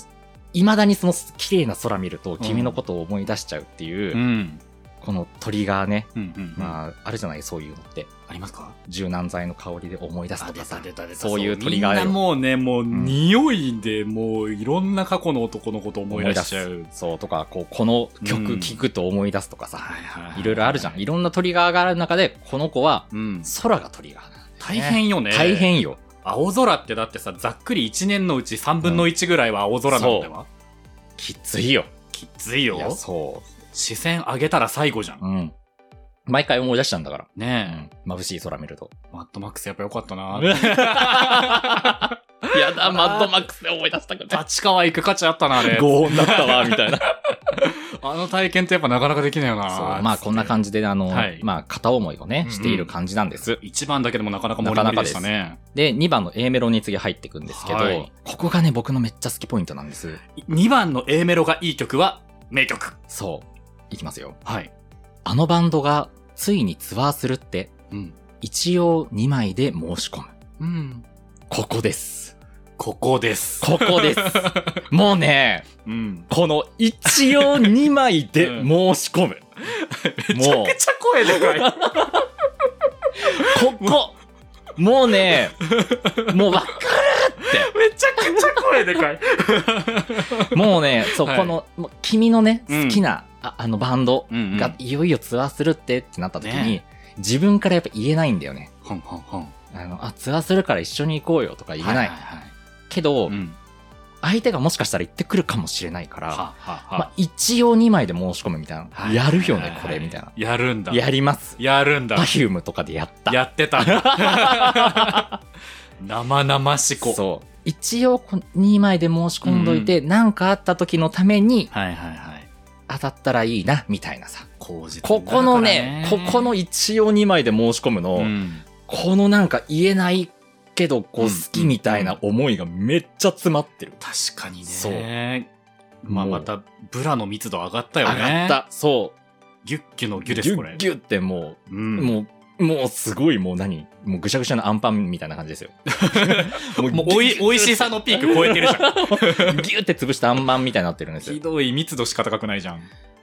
Speaker 1: いまだにその綺麗な空見ると君のことを思い出しちゃうっていう、
Speaker 2: うん。
Speaker 1: この鳥がね、
Speaker 2: うんうん。あ、
Speaker 1: まあ、あるじゃない、そういうのって。
Speaker 2: ありますか
Speaker 1: 柔軟剤の香りで思い出す
Speaker 2: あ
Speaker 1: とか
Speaker 2: 出
Speaker 1: さ
Speaker 2: た。出た出た
Speaker 1: そういう鳥が
Speaker 2: みんなもうね、もう、
Speaker 1: ん
Speaker 2: 匂いで、もう、いろんな過去の男のこと思い出しちゃう。
Speaker 1: そうとか、こう、この
Speaker 2: う
Speaker 1: 曲
Speaker 2: ん
Speaker 1: 聴くと思い出すとかさ、
Speaker 2: いはい
Speaker 1: いろいろあるじゃん。いろんなトリガーがある中で、この子は
Speaker 2: うん。
Speaker 1: 空がトリガーなんだよね
Speaker 2: 大変よね。
Speaker 1: 大。変よ。
Speaker 2: 青空ってだってさ、ざっくり1年のうち3分の1ぐらいは青空なんだよ。
Speaker 1: きついよ。
Speaker 2: きつ
Speaker 1: い
Speaker 2: い
Speaker 1: や、
Speaker 2: よ。
Speaker 1: そ
Speaker 2: 視線上げたら最後じゃ
Speaker 1: う。
Speaker 2: ん。
Speaker 1: うん。毎回思い出しちゃうんだから。
Speaker 2: ねえ。
Speaker 1: 眩しい空見ると。
Speaker 2: マッドマックスやっぱよかったな。
Speaker 1: やだ、
Speaker 2: マッドマ
Speaker 1: ックスで思い出した くい。
Speaker 2: 立川行く価値あったな、 あれ。
Speaker 1: 強音だったわ、みた いな。
Speaker 2: あの体験ってやっぱなかなかできないよな。
Speaker 1: まあこんな感じで、あの、
Speaker 2: はい
Speaker 1: まあ片思いをね
Speaker 2: う、んうん
Speaker 1: している感じなんです。
Speaker 2: 一番だけでもなかなか盛り上がりでしたね。
Speaker 1: で、2番の A メロに次入っていくんですけど、
Speaker 2: はい
Speaker 1: ここがね、僕のめっちゃ好きポイントなんです。
Speaker 2: 2番の A メロがいい曲は、名曲。
Speaker 1: そう。いきますよ。
Speaker 2: はい。
Speaker 1: あのバンドがついにツアーするって、
Speaker 2: うん。
Speaker 1: 一応2枚で申し込む。
Speaker 2: うん。
Speaker 1: ここです。
Speaker 2: ここです。
Speaker 1: ここ です。もうね、
Speaker 2: うん。
Speaker 1: この一応2枚で申し込 む。もう、
Speaker 2: ちゃ声で かい。
Speaker 1: ここもうね、もうわか
Speaker 2: めちゃくちゃ声でかい。
Speaker 1: るもうね、そう、
Speaker 2: はい
Speaker 1: この、もう君のね、
Speaker 2: うん
Speaker 1: 好きな、ああのバンド
Speaker 2: うんうん
Speaker 1: がいよいよツアーするってってなった時に、
Speaker 2: ね
Speaker 1: 自分からやっぱ言えないんだよね。
Speaker 2: ほんほんほん。
Speaker 1: あの、あ、ツアーするから一緒に行こうよとか言えない。けど、
Speaker 2: うん。
Speaker 1: 相手がもしかしたら行ってくるかもしれないから、
Speaker 2: はは
Speaker 1: まあ一応2枚で申し込むみたいな。
Speaker 2: は。
Speaker 1: やるよ
Speaker 2: は
Speaker 1: ね、これ、みたいな。。
Speaker 2: やるんだ。
Speaker 1: やります。
Speaker 2: やるんだ。
Speaker 1: Perfume とかでやった。
Speaker 2: やってた。 生々しこ。
Speaker 1: そう。一応こ2枚で申し込んどいて、なんかあった時のために
Speaker 2: はいはいはい。
Speaker 1: 当たったらいいな、みたいなさ。
Speaker 2: こうじ
Speaker 1: ここのね、ここの一応2枚で申し込むの、
Speaker 2: うん
Speaker 1: このなんか言えないけど、こう
Speaker 2: うん
Speaker 1: 好きみたいな思いがめっちゃ詰まってる。
Speaker 2: 確かに
Speaker 1: そう
Speaker 2: ね。まあ
Speaker 1: もう
Speaker 2: また、ブラの密度上がった
Speaker 1: 上
Speaker 2: よね。
Speaker 1: がった。。そう。
Speaker 2: ギュッギュのギュで
Speaker 1: ギ
Speaker 2: す、
Speaker 1: ュ
Speaker 2: これ
Speaker 1: ッ。ギュッっても
Speaker 2: う
Speaker 1: う、
Speaker 2: ん。
Speaker 1: もう、もうすごいもう何もうぐしゃぐしゃのアンパンみたいな感じで すよ。も
Speaker 2: もうおい、おいしさのピ ーク超えてるじゃん。
Speaker 1: ギュッて潰したアンパ ンみたいになってるんですよ
Speaker 2: ひ。どい密度しか高くないじゃ
Speaker 1: い
Speaker 2: ん。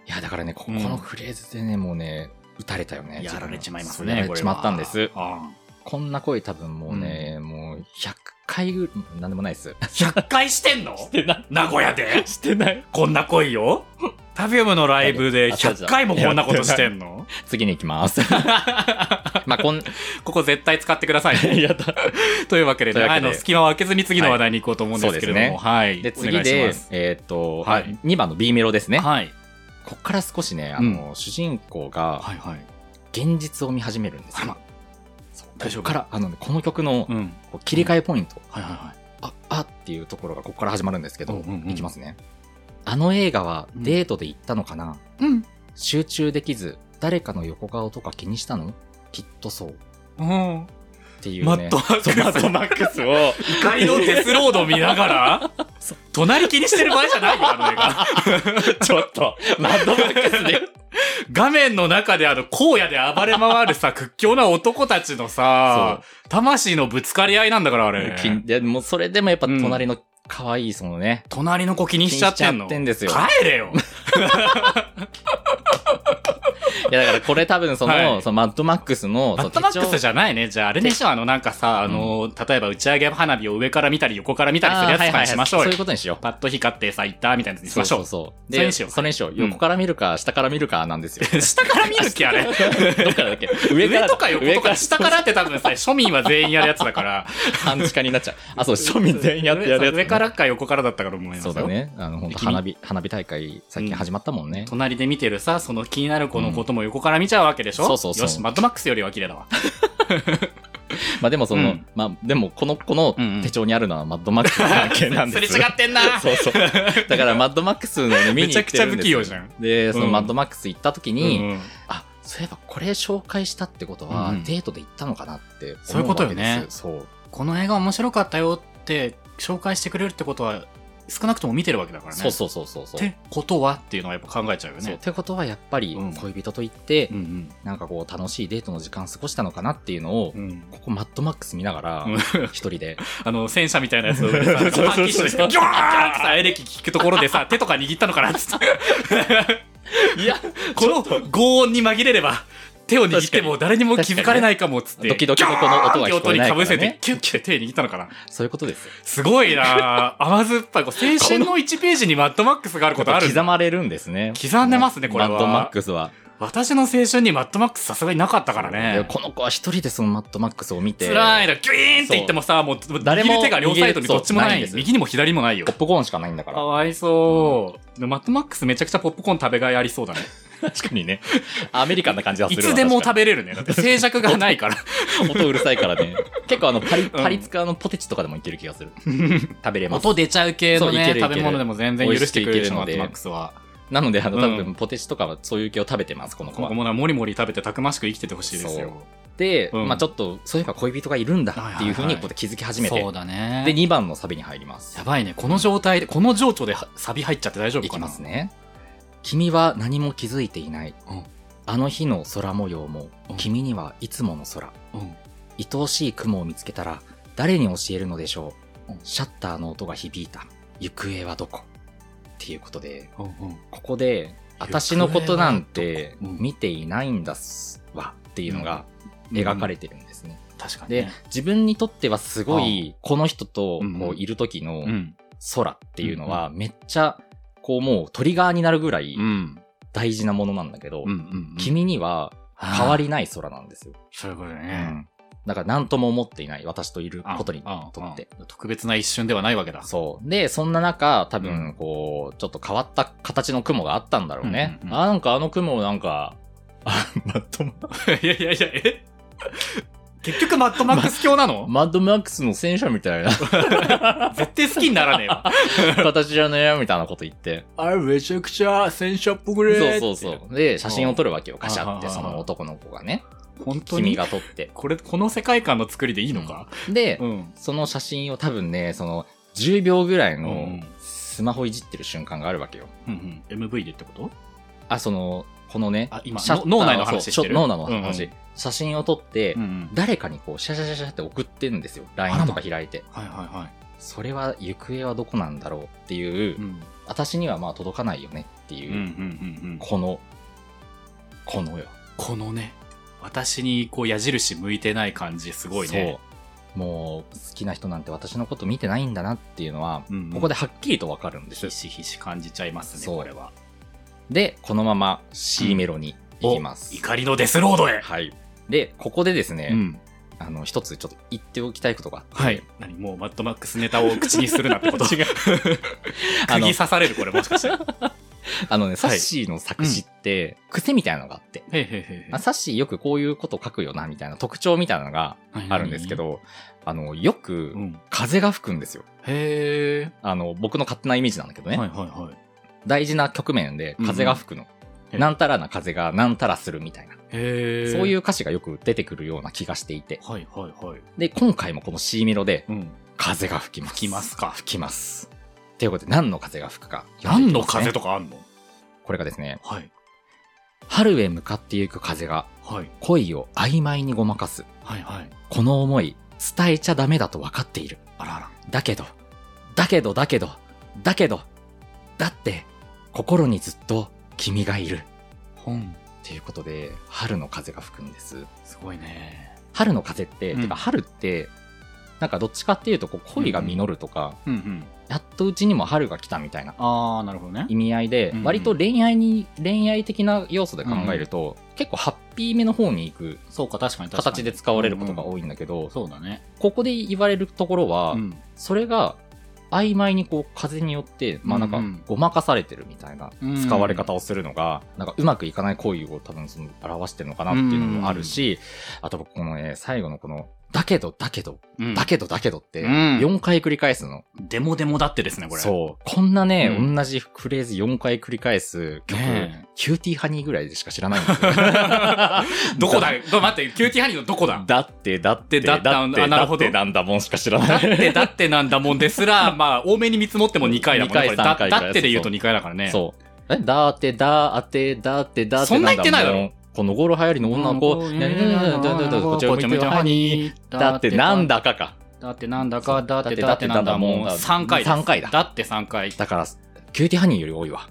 Speaker 1: や、だからね、ここのフレーズでね、もうね、撃たれたよね。
Speaker 2: やられちまいます
Speaker 1: やら
Speaker 2: ね。
Speaker 1: れちまったんです。
Speaker 2: あ
Speaker 1: こんな声多分もうね、もう100回ぐなんでもない です。
Speaker 2: 100回してんの
Speaker 3: てない。
Speaker 2: 名古屋で
Speaker 3: してない。
Speaker 2: こんな恋よタビウムのライブで100回もこんなことしてんの
Speaker 1: 次に行きます。 まあ、こん、
Speaker 2: ここ絶対使ってくださいね。
Speaker 3: やだ。
Speaker 2: というわけで、
Speaker 1: というわけ
Speaker 2: あ
Speaker 1: で
Speaker 2: の、隙間を空けずに次の話題に行こうと思うんですけれども、はい。
Speaker 1: で、
Speaker 2: お願
Speaker 1: 次
Speaker 2: いしま、
Speaker 1: ですえーっと、
Speaker 2: は
Speaker 1: はい2番の B メロですね。
Speaker 2: はい。
Speaker 1: こっから少しね、あの、主人公が
Speaker 2: はいはい。
Speaker 1: 現実を見始めるんです
Speaker 2: あ
Speaker 1: よ
Speaker 2: ら。
Speaker 1: そう
Speaker 2: 大丈夫
Speaker 1: こっから、あのね、この曲の
Speaker 2: うん。
Speaker 1: こう切り替えポイント、
Speaker 2: はいはいはい。
Speaker 1: あ、あっていうところがここから始まるんですけど、
Speaker 2: うんうんうん
Speaker 1: いきますね。あの映画はデートで行ったのかな、
Speaker 2: うん。
Speaker 1: 集中できず、誰かの横顔とか気にしたのきっとそう。っ
Speaker 2: うん。
Speaker 1: ていうね。
Speaker 2: マットマックス。
Speaker 3: マットマックス を。
Speaker 2: 怒りのデスロード見なが ら、隣気にしてる場合じゃないよ、あの映画。
Speaker 3: ちょっ と。マッド マックスで。
Speaker 2: 画面の中であの、荒野で暴れ回るさ、屈強な男たちのさ、魂のぶつかり合いなんだから、あれ。
Speaker 1: きでもうそれでもやっぱ隣の可愛いそのね、
Speaker 2: 隣の子気にしちゃってんの。
Speaker 1: 気にしちゃってんですよ
Speaker 2: 帰 れよ。
Speaker 1: いやだからこれ多分その、
Speaker 2: はい
Speaker 1: そのマッドマックスの、
Speaker 2: バットマックス
Speaker 1: じ
Speaker 2: じゃないね。じゃあ、あれでしょ、あの、なんかさ、あの、例えば打ち上げ花火を上から見たり横から見たりするやつとかにしましょう
Speaker 1: そう
Speaker 2: よ
Speaker 1: いう。ことにしよう。
Speaker 2: パッと光ってさ、行ったみたいなやつにしましょう。
Speaker 1: そうそうそう
Speaker 2: それにしよう
Speaker 1: それにしよう。
Speaker 2: ん
Speaker 1: 横から見るか、下から見るかなんですよ。
Speaker 2: 下から見るっけ、あ れ。
Speaker 1: どっからだっけ
Speaker 2: 上
Speaker 1: 上から
Speaker 2: とか横とか、下からって多分さ、庶民は全員やるやつだから。
Speaker 1: 半地下になっ ちゃう。あ、そう、 庶民全員やってやるやつ、
Speaker 2: 上からか横からだったから思います
Speaker 1: そ
Speaker 2: よ
Speaker 1: うだね。あの、本当
Speaker 2: 君
Speaker 1: 花火、花火大会、最近始まったもんね。
Speaker 2: 隣で見てるさその気になる子のことも横から見ちゃうわけでしょ、
Speaker 1: うんそうそうそう
Speaker 2: よしマッドマックスよりは綺麗だわ
Speaker 1: まあでもそうの、
Speaker 2: ん
Speaker 1: まあでもこの、この
Speaker 2: うんうん
Speaker 1: 手帳にあるのはマッドマックスの関係 なん
Speaker 2: す
Speaker 1: で
Speaker 2: れ
Speaker 1: す。
Speaker 2: 違ってんな
Speaker 1: そうそう。だからマッドマックスのね、見に行ってるんですよ
Speaker 2: めちゃくちゃ不器用じゃん
Speaker 1: で、その
Speaker 2: うん
Speaker 1: マッドマックス行った時に、
Speaker 2: うんうん
Speaker 1: あ、そういえばこれ紹介したってことは、
Speaker 2: うんうん
Speaker 1: デートで行ったのかなって思
Speaker 2: そういうことよね
Speaker 1: わけですそう。
Speaker 2: この映画面白かったよって紹介してくれるってことは少なくとも見てるわけだからね
Speaker 1: そうそうそうそうそう。
Speaker 2: ってことはっていうのはやっぱ考えちゃうよ
Speaker 1: そうっ
Speaker 2: ね
Speaker 1: てことはやっぱり
Speaker 2: うん
Speaker 1: 恋人と行って、
Speaker 2: ん
Speaker 1: なんかこう楽しいデートの時間過ごしたのかなっていうのを、
Speaker 2: うんうん
Speaker 1: ここマッドマックス見ながら
Speaker 2: うん、
Speaker 1: 一人で、
Speaker 2: あの戦車みたいなや つをさ
Speaker 3: そうそうそう
Speaker 2: パンキッシュしてギャーってさエレキ聞くところでさ手とか握ったのかなっつって
Speaker 3: いや、
Speaker 2: この轟音に紛れれば手を握っても誰にも気づかれないかもっつっ
Speaker 1: 確かに
Speaker 2: て
Speaker 1: ねドキドキのこの音は聞こえない
Speaker 2: ギ
Speaker 1: から
Speaker 2: ャーンって音にか
Speaker 1: ね
Speaker 2: ぶせてキュッキュッ手握ったのかな
Speaker 1: そういうことですよ。
Speaker 2: すごいなぁ甘酸っぱいこう青春の1ページにマッドマックスがある ことあるんだ
Speaker 1: 刻まれるんですね。
Speaker 2: 刻んでますねこれは
Speaker 1: マッドマックスは。
Speaker 2: 私の青春にマッドマックスさすがになかったから
Speaker 1: で
Speaker 2: ね
Speaker 1: この子は一人でそのマッドマックスを見て、
Speaker 2: 辛いだギュイーンって言ってもさもう
Speaker 1: 誰
Speaker 2: 握
Speaker 1: も
Speaker 2: る手が両サイドにどっちもな
Speaker 1: ないいんです
Speaker 2: 右にも左にもないよ
Speaker 1: ポップコーンしかないんだか。
Speaker 2: からわいそう、マッドマックスめちゃくちゃポップコーン食べがいありそうだね
Speaker 1: 確かにね。アメリカンな感じはす
Speaker 2: い
Speaker 1: る
Speaker 2: つでも食
Speaker 1: べ
Speaker 2: べれるねだって静寂がないから
Speaker 1: 音うるさいから ね。結構あの、パリ、
Speaker 2: ん
Speaker 1: パリ使うのポテチとかでもいける気がす る。食べれます。
Speaker 2: 音出ちゃう系の
Speaker 1: そういけ
Speaker 2: ね
Speaker 1: るいける
Speaker 2: 食べ物でも全然許してくれ
Speaker 1: 美味しくいける
Speaker 2: るのマ
Speaker 1: の
Speaker 2: ッ
Speaker 1: で
Speaker 2: ドマックスは
Speaker 1: なので、あの、
Speaker 2: うん
Speaker 1: 多分ポテチとかはそういう系を食べてます、この子
Speaker 2: こ
Speaker 1: は
Speaker 2: こ。もなもりもり食べてたくましく生きててほしいですよ
Speaker 1: で、
Speaker 2: うん
Speaker 1: まあちょっと、そういえば恋人がいるんだっていうふう
Speaker 2: はいはいはい
Speaker 1: にここで気づき始めて、
Speaker 2: そうだね
Speaker 1: で、2番のサビに入ります
Speaker 2: や。ばいね。この状態で、この情緒ではサビ入っちゃって大丈夫
Speaker 1: い
Speaker 2: か
Speaker 1: き
Speaker 2: な
Speaker 1: ます。ね。君は何も気づいていない
Speaker 2: うん。
Speaker 1: あの日の空模様も
Speaker 2: うん、
Speaker 1: 君にはいつもの空。
Speaker 2: うん。
Speaker 1: 愛おしい雲を見つけたら誰に教えるのでしょう、
Speaker 2: うん
Speaker 1: シャッターの音が響いた行方はどこっていうことで
Speaker 2: うんうん。
Speaker 1: ここで
Speaker 2: 行方は
Speaker 1: 私のことなんて
Speaker 2: どこうん
Speaker 1: 見ていないんだっすわっていうのが描かれてるんですね、
Speaker 2: 確かに、
Speaker 1: で
Speaker 2: ね。
Speaker 1: 自分にとってはすごいこの人と
Speaker 2: うん
Speaker 1: こういる時の
Speaker 2: うん。
Speaker 1: 空っていうのはめっちゃこうもうトリガーになるぐらい
Speaker 2: うん。
Speaker 1: 大事なものなんだけど、
Speaker 2: うん。うん。
Speaker 1: 君には変わ
Speaker 2: り。
Speaker 1: りない空なんですよ、
Speaker 2: そういうことだ
Speaker 1: う
Speaker 2: ね。
Speaker 1: ん、だから何とも思っていない私といる
Speaker 2: あ
Speaker 1: ことに
Speaker 2: あ
Speaker 1: とって
Speaker 2: あ特別な一瞬ではないわけだ。
Speaker 1: そう。で、そんな中、多
Speaker 2: う
Speaker 1: 分、こう、ちょっと変わった形の雲があったんだろうね。
Speaker 2: うんうんうん
Speaker 1: あ、なんかあの雲なんか、あ マッドマ、
Speaker 2: いやいやいや、え結局マッドマックス教なの、
Speaker 1: マッドマックスの戦車みたいな
Speaker 2: 絶対好きにならねえわ。
Speaker 1: 形じゃねえみたいなこと言って。
Speaker 2: あれめちゃくちゃ戦車っぽく
Speaker 1: そうそうそう。で、写真を撮るわけよ。カシャっ
Speaker 2: う
Speaker 1: て、
Speaker 2: ん
Speaker 1: その男の子がね。
Speaker 2: う。本当
Speaker 1: 君
Speaker 2: に
Speaker 1: が撮って。
Speaker 2: これ、この世界観の作りでいいのか、
Speaker 1: で、
Speaker 2: ん。
Speaker 1: その写真を多分ね、その、10秒ぐらい
Speaker 2: うんう
Speaker 1: の
Speaker 2: ん
Speaker 1: スマホいじってる瞬間があるわけよ。
Speaker 2: うんうん。MV でってこと
Speaker 1: あ、その、このね、
Speaker 2: あ、今、
Speaker 1: シャッター
Speaker 2: 脳内の話して
Speaker 1: そう
Speaker 2: る。
Speaker 1: 脳内の話。
Speaker 2: うん
Speaker 1: 写真を撮って、
Speaker 2: うんうん
Speaker 1: 誰かにこう、シャシャシャシャって送ってんですよ。
Speaker 2: あら
Speaker 1: LINE と
Speaker 2: ま
Speaker 1: か開いて。
Speaker 2: はいはいはい。
Speaker 1: それは行方はどこなんだろうっていう、
Speaker 2: ん、
Speaker 1: 私にはまあ届かないよねっていう、
Speaker 2: うんうんうんうん
Speaker 1: この、このよ。
Speaker 2: このね、私にこう矢印向いてない感じすごいね。
Speaker 1: そうもう好きな人なんて私のこと見てないんだなっていうのは、
Speaker 2: うんうん
Speaker 1: ここではっきりとわかるんです
Speaker 2: ひ
Speaker 1: よ
Speaker 2: しひし感じちゃいますね、
Speaker 1: そう
Speaker 2: これは。
Speaker 1: でこのまま C メロに行きます、
Speaker 2: 怒りのデスロードへ。
Speaker 1: はいでここでですね、
Speaker 2: ん。
Speaker 1: あの一つちょっと言っておきたいことが
Speaker 2: はい。何もうマッドマックスネタを口にするなってこと
Speaker 3: 違う
Speaker 1: あ
Speaker 2: 釘
Speaker 1: の
Speaker 2: 刺されるこれもし かして。へ
Speaker 1: あのねサッシーの作詞って癖みたいなのがあって、
Speaker 2: へへ
Speaker 1: あサッシーよくこういうこと書くよなみたいな特徴みたいなのが
Speaker 2: へ
Speaker 1: あるんですけ。ど、あのよく
Speaker 2: うん。
Speaker 1: 風が吹くんですよ
Speaker 2: へ
Speaker 1: あの僕の勝手なイメージなんだけどね、
Speaker 2: え。はいはいはい。
Speaker 1: 大事な局面で風が吹くの、
Speaker 2: うんうん
Speaker 1: なんたらな風がなんたらするみたいな、
Speaker 2: へえ。。
Speaker 1: そういうう歌詞がよく出てくるような気がしていて
Speaker 2: はいはいはい。
Speaker 1: で今回もこの C メロで
Speaker 2: うん。
Speaker 1: 風が吹きます
Speaker 2: 吹きますか
Speaker 1: 吹きますということで何の風が吹くか読んでい
Speaker 2: 何
Speaker 1: き
Speaker 2: の
Speaker 1: ますね、
Speaker 2: 風とかあんの
Speaker 1: これがですね
Speaker 2: はい。
Speaker 1: 春へ向かっていく風が
Speaker 2: はい。
Speaker 1: 恋を曖昧にごまかす
Speaker 2: はいはい。
Speaker 1: この思い伝えちゃダメだと分かっている
Speaker 2: あらあら。
Speaker 1: だけどだけどだけどだけどだって心にずっと君がいる
Speaker 2: 本。
Speaker 1: ということで春の風が吹くんです
Speaker 2: すごいね。
Speaker 1: 春の風って、
Speaker 2: うん
Speaker 1: てか春ってなんかどっちかっていうとこう恋が実るとか、
Speaker 2: うんうん。
Speaker 1: やっとうちにも春が来たみたいな
Speaker 2: ああ、なるほどね。
Speaker 1: 意味合いで、
Speaker 2: うんうん
Speaker 1: 割と恋愛に恋愛的な要素で考えると、結構ハッピーめの方に行く
Speaker 2: そうか、確かに確かに。
Speaker 1: 形で使われることが
Speaker 2: い。
Speaker 1: 多いんだけど、
Speaker 2: そうだね。
Speaker 1: ここで言われるところは、
Speaker 2: うん。
Speaker 1: それが曖昧にこう風によって、まあなんか
Speaker 2: うんうん
Speaker 1: ごまかされてるみたいな
Speaker 2: うん
Speaker 1: 使われ方をするのが、なんかうまくいかない行為を多分その表してるのかなっていうのもあるし、あと僕このね、最後のこの、だけどだけど、
Speaker 2: うん
Speaker 1: だけどだけどって、
Speaker 2: うん
Speaker 1: 4回繰り返すの。
Speaker 2: デモデモだってですね、これ。
Speaker 1: そう。こんなね、
Speaker 2: うん
Speaker 1: 同じフレーズ4回繰り返す曲、
Speaker 2: ねえ
Speaker 1: キューティーハニーぐらいでしか知らないんですよ。
Speaker 2: どこだど待って、キューティーハニーのどこだ
Speaker 1: だって、だって、
Speaker 2: だ
Speaker 1: だ
Speaker 2: っ
Speaker 1: ってて、
Speaker 2: あなるほど
Speaker 1: だってなんだもんしか知ら
Speaker 2: だ
Speaker 1: な
Speaker 2: っ
Speaker 1: い。
Speaker 2: て、だってなんだもんですら、まあ、多めに見積もっても2回だもんね。
Speaker 1: 二回
Speaker 2: これだ
Speaker 1: 三回
Speaker 2: だってで言うと2回だからね。
Speaker 1: そう。えだって、だって、だって、だって、
Speaker 2: そんな言ってないだろ
Speaker 1: んだもん。この頃流行りの女の子、
Speaker 2: 女の子
Speaker 1: にゃにゃにゃにゃにゃにゃにゃにゃこっちを向いてよハニーだってなんだかか。
Speaker 2: だってなんだか、だって
Speaker 1: そう
Speaker 2: だってなんだもん。
Speaker 1: だって
Speaker 2: 3回です
Speaker 1: 三回だ
Speaker 2: だって3回。
Speaker 1: だから、キューティーハニーより多いわ。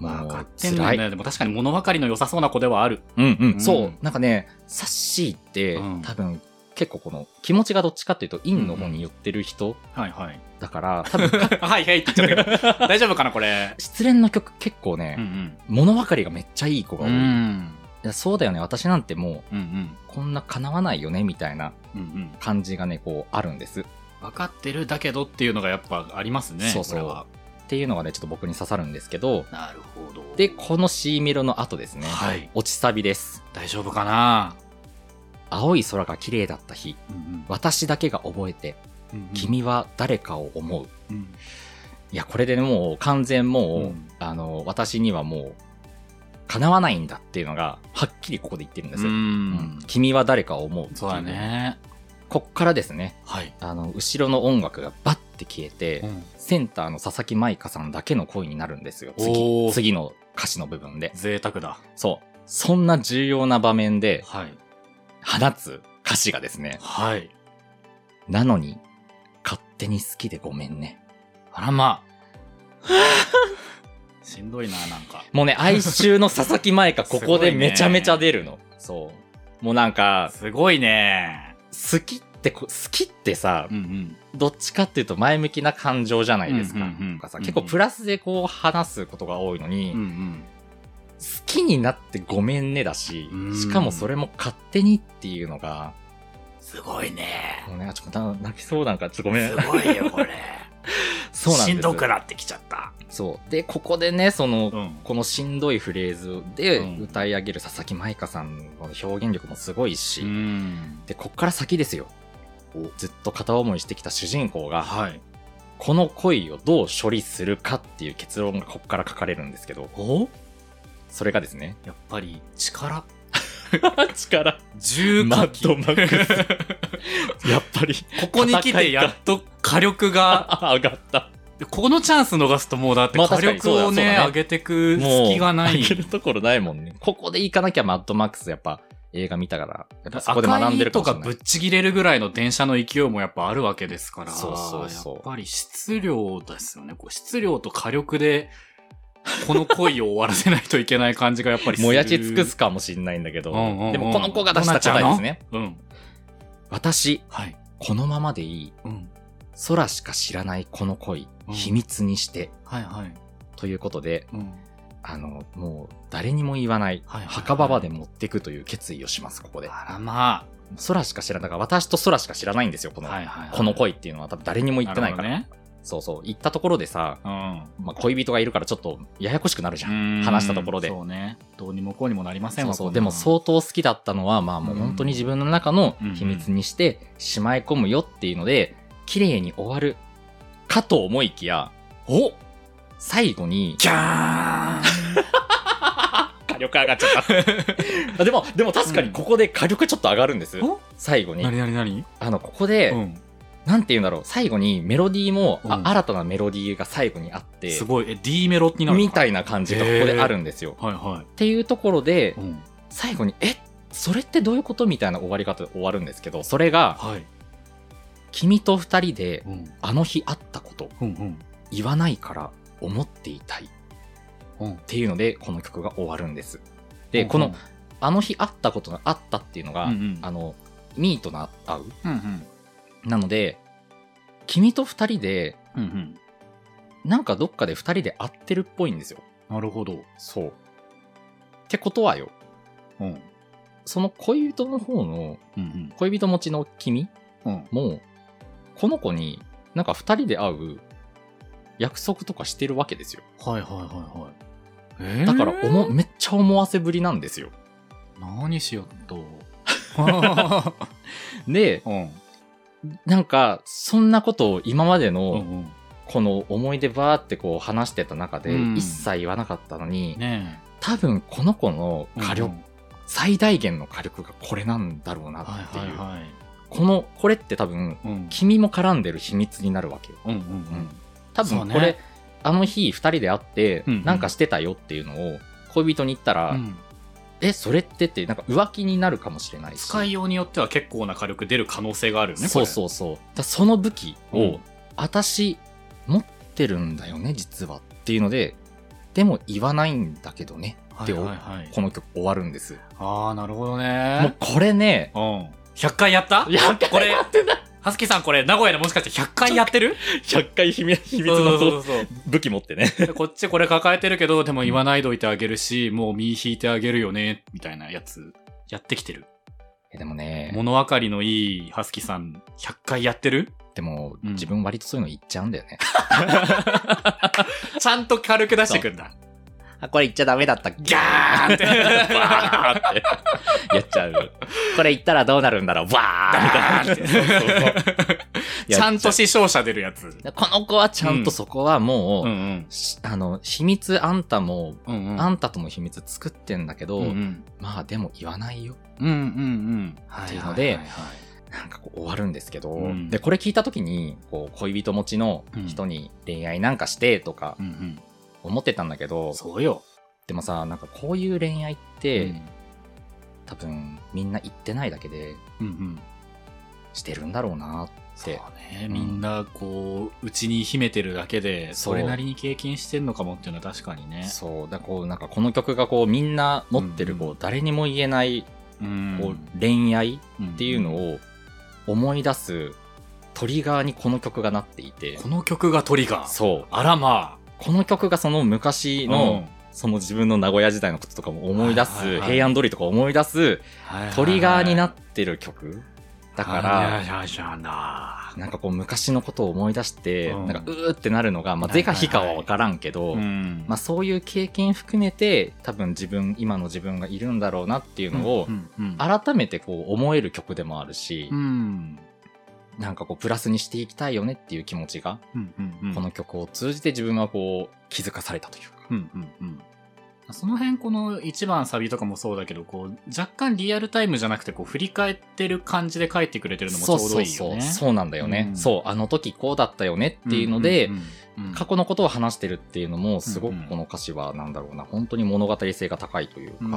Speaker 2: わ
Speaker 1: も
Speaker 2: かっ
Speaker 1: う、
Speaker 2: てんの
Speaker 1: 辛
Speaker 2: よ
Speaker 1: い。
Speaker 2: ね。でも確かに物分かりの良さそうな子ではある。
Speaker 1: うん
Speaker 2: う
Speaker 1: うんん。そう。なんかね、サッシーって、
Speaker 2: うん
Speaker 1: 多分、結構この、気持ちがどっちかっていうと、インの方に寄ってる人
Speaker 2: はいはい。
Speaker 1: だから、多分、か
Speaker 2: はいはいって言っ ちゃったけど。大丈夫かな、これ。
Speaker 1: 失恋の曲結構
Speaker 2: うんう
Speaker 1: ね、
Speaker 2: ん。
Speaker 1: 物分かりがめっちゃいい子が
Speaker 2: う
Speaker 1: 多い。い
Speaker 2: ん。
Speaker 1: やそうだよね、私なんても
Speaker 2: うんうん
Speaker 1: う、こんな叶わないよね、みたいな
Speaker 2: うんうん。
Speaker 1: 感じがね、こう、あるんです。
Speaker 2: 分かってるだけどっていうのがやっぱありますね。
Speaker 1: そうそう
Speaker 2: これは
Speaker 1: っていうのがね、ちょっと僕に刺さるんですけど、
Speaker 2: なるほど。
Speaker 1: で、この C メロの後ですね、
Speaker 2: はい
Speaker 1: 落ちサビです。
Speaker 2: 大丈夫かな、
Speaker 1: 青い空が綺麗だった日、
Speaker 2: うん
Speaker 1: 私だけが覚えて、
Speaker 2: うん、
Speaker 1: 君は誰かを思う。
Speaker 2: うん、
Speaker 1: いや、これでねもう完全もう、
Speaker 2: うん
Speaker 1: あの、私にはもう、叶わないんだっていうのが、はっきりここで言ってるんですよ。うん君は誰かを思うってい
Speaker 2: そうだ。ね。
Speaker 1: こっからですね、
Speaker 2: はい。
Speaker 1: あの、後ろの音楽がバッて消えて、センターの佐々木舞香さんだけの恋になるんですよ。
Speaker 2: お
Speaker 1: 次
Speaker 2: ー、
Speaker 1: 次の歌詞の部分で。
Speaker 2: 贅沢だ。
Speaker 1: そう。そんな重要な場面で
Speaker 2: はい。
Speaker 1: 放つ歌詞がですね、
Speaker 2: はい。
Speaker 1: なのに、勝手に好きでごめんね。
Speaker 2: あらまあ。 しんどいな、なんか。
Speaker 1: もう ね、哀愁の佐々木舞香、ここ
Speaker 2: すごい
Speaker 1: で
Speaker 2: ね
Speaker 1: めちゃめちゃ出るの。そう。もうなんか、
Speaker 2: すごいね。
Speaker 1: 好きってこ、好きってさ、
Speaker 2: ん
Speaker 1: どっちかっていうと前向きな感情じゃないですか。
Speaker 2: うんうんうん
Speaker 1: とかさ
Speaker 2: うんうん
Speaker 1: 結構プラスでこう話すことが多いのに、
Speaker 2: うん。うん
Speaker 1: 好きになってごめんねだし
Speaker 2: う、ん
Speaker 1: しかもそれも勝手にっていうのが、
Speaker 2: すごいね。
Speaker 1: もうね、ちょっとな泣きそうなんか、ちょっとごめん。
Speaker 2: すごいよ、これ。
Speaker 1: そうなんです
Speaker 2: しんどくなってきちゃった。
Speaker 1: そう。で、ここでね、その、
Speaker 2: ん。
Speaker 1: このしんどいフレーズで
Speaker 2: うん
Speaker 1: 歌い上げる佐々木舞香さんの表現力もすごいし、
Speaker 2: うん。
Speaker 1: で、こっから先ですよ。ずっと片思いしてきた主人公が、
Speaker 2: はい。
Speaker 1: この恋をどう処理するかっていう結論がここから書かれるんですけど、
Speaker 2: お
Speaker 1: それがです ね、
Speaker 2: やっぱり 力
Speaker 1: 力、
Speaker 2: 重
Speaker 1: マ
Speaker 2: 火
Speaker 1: ッドマックス。やっぱり、
Speaker 2: ここに来てやっと火力が、
Speaker 1: 上がった。
Speaker 2: このチャンス逃すともうだって
Speaker 1: まあ
Speaker 2: 火
Speaker 1: 確かに
Speaker 2: 力を
Speaker 1: そうだ
Speaker 2: ね
Speaker 1: そう、だね
Speaker 2: 上げてく隙がない。
Speaker 1: 開けるところないもんね。ここで行かなきゃマッドマックスやっぱ映画見たから、やっぱそこで学んでるかもしれ
Speaker 2: 赤
Speaker 1: な
Speaker 2: い
Speaker 1: い
Speaker 2: 糸がぶっちぎれるぐらいの電車の勢いもやっぱあるわけですから。
Speaker 1: そうそうそう
Speaker 2: やっぱり質量ですよね。こう質量と火力で この恋を終わらせないといけない感じがやっぱりする。
Speaker 1: もやし尽くすかもしんないんだけど、
Speaker 2: うんうんうん
Speaker 1: でもこの子が出した答えですね。
Speaker 2: うん。
Speaker 1: 私、
Speaker 2: はい。
Speaker 1: このままでいい。
Speaker 2: うん。
Speaker 1: 空しか知らないこの恋、
Speaker 2: うん
Speaker 1: 秘密にして。
Speaker 2: はいはい。
Speaker 1: ということで、
Speaker 2: うん。
Speaker 1: あの、もう誰にも言わない、
Speaker 2: はいはいはい
Speaker 1: 墓場まで持ってくという決意をします、ここで。
Speaker 2: あらま
Speaker 1: 空しか知らない。だから私と空しか知らないんですよ、こ
Speaker 2: あ。
Speaker 1: の、
Speaker 2: はいはい、はい。
Speaker 1: この恋っていうのは多分誰にも言ってないから。
Speaker 2: なる
Speaker 1: そうそう。言ったところでさ、
Speaker 2: ほどね。
Speaker 1: まあ、恋人がいるからちょっとややこしくなるじゃん。
Speaker 2: うん。
Speaker 1: 話したところで
Speaker 2: そうね。どうにもこうにもなりません
Speaker 1: そ
Speaker 2: わ
Speaker 1: うそう。
Speaker 2: こ
Speaker 1: で
Speaker 2: んな
Speaker 1: も
Speaker 2: の
Speaker 1: 相当好きだったのは、まあもう本当に自分の中の秘密にしてしまい込むよっていうので、綺麗に終わるかと思いきや、お最後に、
Speaker 2: ギャーン
Speaker 3: 火力上がっちゃった。
Speaker 1: あでも、でも確かにここで火力ちょっと上がるんです。
Speaker 2: お
Speaker 1: 最後に
Speaker 2: な。になになに
Speaker 1: あの、ここで、
Speaker 2: うん。
Speaker 1: なんて言うんだろう、最後にメロディーも、あ
Speaker 2: うん
Speaker 1: 新たなメロディーが最後にあって、
Speaker 2: すごい。え、D メロになるの
Speaker 1: みたいな感じがここであるんですよ。
Speaker 2: はいは
Speaker 1: っていうところで
Speaker 2: い。、うん。
Speaker 1: 最後に、えそれってどういうことみたいな終わり方で終わるんですけど、それが、
Speaker 2: はい。
Speaker 1: 君と二人で、
Speaker 2: うん。
Speaker 1: あの日会ったこと、
Speaker 2: うん
Speaker 1: 言わないから思っていたいっ
Speaker 2: うん。うん。
Speaker 1: ていうので、この曲が終わるんです。で、この、、あの日会ったことがあったっていうのが、
Speaker 2: うんうん
Speaker 1: あの、ミートな会う
Speaker 2: うんうん。
Speaker 1: なので、君と二人で、
Speaker 2: うんうん。
Speaker 1: なんかどっかで二人で会ってるっぽいんですよ。
Speaker 2: なるほど。
Speaker 1: そう。ってことはよ、
Speaker 2: うん。
Speaker 1: その恋人の方の、
Speaker 2: うん
Speaker 1: 恋人持ちの君
Speaker 2: うん。うん。
Speaker 1: も、この子になんか二人で会う約束とかしてるわけですよ。
Speaker 2: はいはいはいはい。えー
Speaker 1: だからおも、めっちゃ思わせぶりなんですよ。
Speaker 2: 何しよっ と。
Speaker 1: で、
Speaker 2: うん。
Speaker 1: なんか、そんなことを今まで
Speaker 2: う
Speaker 1: の、
Speaker 2: ん
Speaker 1: この思い出ばーってこう話してた中で
Speaker 2: うん、
Speaker 1: 一切言わなかったのに、
Speaker 2: ね
Speaker 1: 多分この子の
Speaker 2: え。
Speaker 1: 火力、
Speaker 2: うん
Speaker 1: 最大限の火力がこれなんだろうな
Speaker 2: はい
Speaker 1: っていう。
Speaker 2: はいはい。
Speaker 1: この、これって多分、
Speaker 2: うん。
Speaker 1: 君も絡んでる秘密になるわけよ。
Speaker 2: うんうんうん。
Speaker 1: 多
Speaker 2: そ
Speaker 1: 分
Speaker 2: うね
Speaker 1: これ、あの日2人で会って
Speaker 2: うんうん
Speaker 1: なんかしてたよっていうのを恋人に言ったら、
Speaker 2: うん
Speaker 1: えそれってってなんか浮気になるかもしれないし
Speaker 2: 使いようによっては結構な火力出る可能性があるよね。
Speaker 1: そうそうそうだからその武器を、
Speaker 2: うん
Speaker 1: 私持ってるんだよね実はっていうのででも言わないんだけどね
Speaker 2: う
Speaker 1: っ
Speaker 2: はい
Speaker 1: て、
Speaker 2: はいはい。
Speaker 1: この曲終わるんです
Speaker 2: ああ、なるほど
Speaker 1: もう
Speaker 2: ね。
Speaker 1: これね
Speaker 2: うん。100回やった
Speaker 1: や
Speaker 2: これ、はすきさんこれ、名古屋でもしかして100回やってる
Speaker 1: 100回秘密
Speaker 2: そうそうそうそう。
Speaker 1: 武器持ってね
Speaker 2: でこっちこれ抱えてるけど、でも言わないといてあげるし、もう身引いてあげるよね、みたいなやつ、やってきてる。
Speaker 1: でもね
Speaker 2: 物分かりのいいハスキさん、100回やってる
Speaker 1: でも、
Speaker 2: うん
Speaker 1: 自分割とそういうの言っちゃうんだよね
Speaker 2: ちゃんと軽く出してくんだ。
Speaker 1: あこれ言っちゃダメだったっ
Speaker 2: ギャーンって。
Speaker 1: バーってやっちゃう。これ言ったらどうなるんだろう、バーみたいな。
Speaker 2: ちゃんと死傷者出るやつ。
Speaker 1: この子はちゃんとそこはもう、
Speaker 2: ん
Speaker 1: しあの、秘密あんたも、
Speaker 2: うん。うんうん。
Speaker 1: あんたとも秘密作ってんだけど、
Speaker 2: うんうん。
Speaker 1: まあでも言わないよ。
Speaker 2: うんうんうん。は
Speaker 1: っていうので
Speaker 2: はいはいはい
Speaker 1: なんかこう終わるんですけど、
Speaker 2: うん
Speaker 1: で、これ聞いた時に、こう、恋人持ちの人に恋愛なんかしてとか
Speaker 2: うんうん。
Speaker 1: 思ってたんだけど、
Speaker 2: そうよ。
Speaker 1: でもさ、なんかこういう恋愛って、
Speaker 2: うん
Speaker 1: 多分みんな言ってないだけで、
Speaker 2: うんうん。
Speaker 1: してるんだろうなっ
Speaker 2: そう
Speaker 1: て。
Speaker 2: ね。
Speaker 1: うん
Speaker 2: みんな、こう、うちに秘めてるだけで、
Speaker 1: そう
Speaker 2: それなりに経験してんのかもっていうのは確かにね。
Speaker 1: そうだこうなんかこの曲がこうみんな持ってるこう誰にも言えない
Speaker 2: うん
Speaker 1: こう恋愛
Speaker 2: っ
Speaker 1: っていうのを思い出すトリガーにこの曲がなっていて
Speaker 2: この曲がトリガー。
Speaker 1: そう
Speaker 2: あらま
Speaker 1: この曲がその昔
Speaker 2: あ。
Speaker 1: のその自分の名古屋時代のこととかも思い出
Speaker 2: はいはい
Speaker 1: す
Speaker 2: はい
Speaker 1: 平安通りとか思い出す
Speaker 2: うん
Speaker 1: トリガーにな
Speaker 2: て
Speaker 1: ってる曲だ
Speaker 2: だ
Speaker 1: から
Speaker 2: じゃじゃな。
Speaker 1: なんかこう昔のことを思い出してな
Speaker 2: う
Speaker 1: んんかうーってなるのがまあ是か非かは分からんけど
Speaker 2: ん
Speaker 1: まあ、そういう経験含めて多分自分今の自分がいるんだろうなっていうのを
Speaker 2: うんうん
Speaker 1: 改めてこう思える曲でもあるし
Speaker 2: う、ん
Speaker 1: なんかこうプラスにしていきたいよねっていう気持ちが
Speaker 2: うんうんうん
Speaker 1: この曲を通じて自分はこう気づかされたというか。
Speaker 2: うんうんうんその辺この1番サビとかもそうだけどこう若干リアルタイムじゃなくてこう振り返ってる感じで書いてくれてるのもちょうどい
Speaker 1: そう
Speaker 2: いよ
Speaker 1: そう
Speaker 2: ね。
Speaker 1: そうなんだよね、
Speaker 2: うん
Speaker 1: そうあの時こうだったよねっていうので、
Speaker 2: んうんうん
Speaker 1: 過去のことを話してるっていうのもすご
Speaker 2: うん
Speaker 1: く
Speaker 2: うん
Speaker 1: この歌詞はなんだろうな本当に物語性が高いというか、
Speaker 2: うん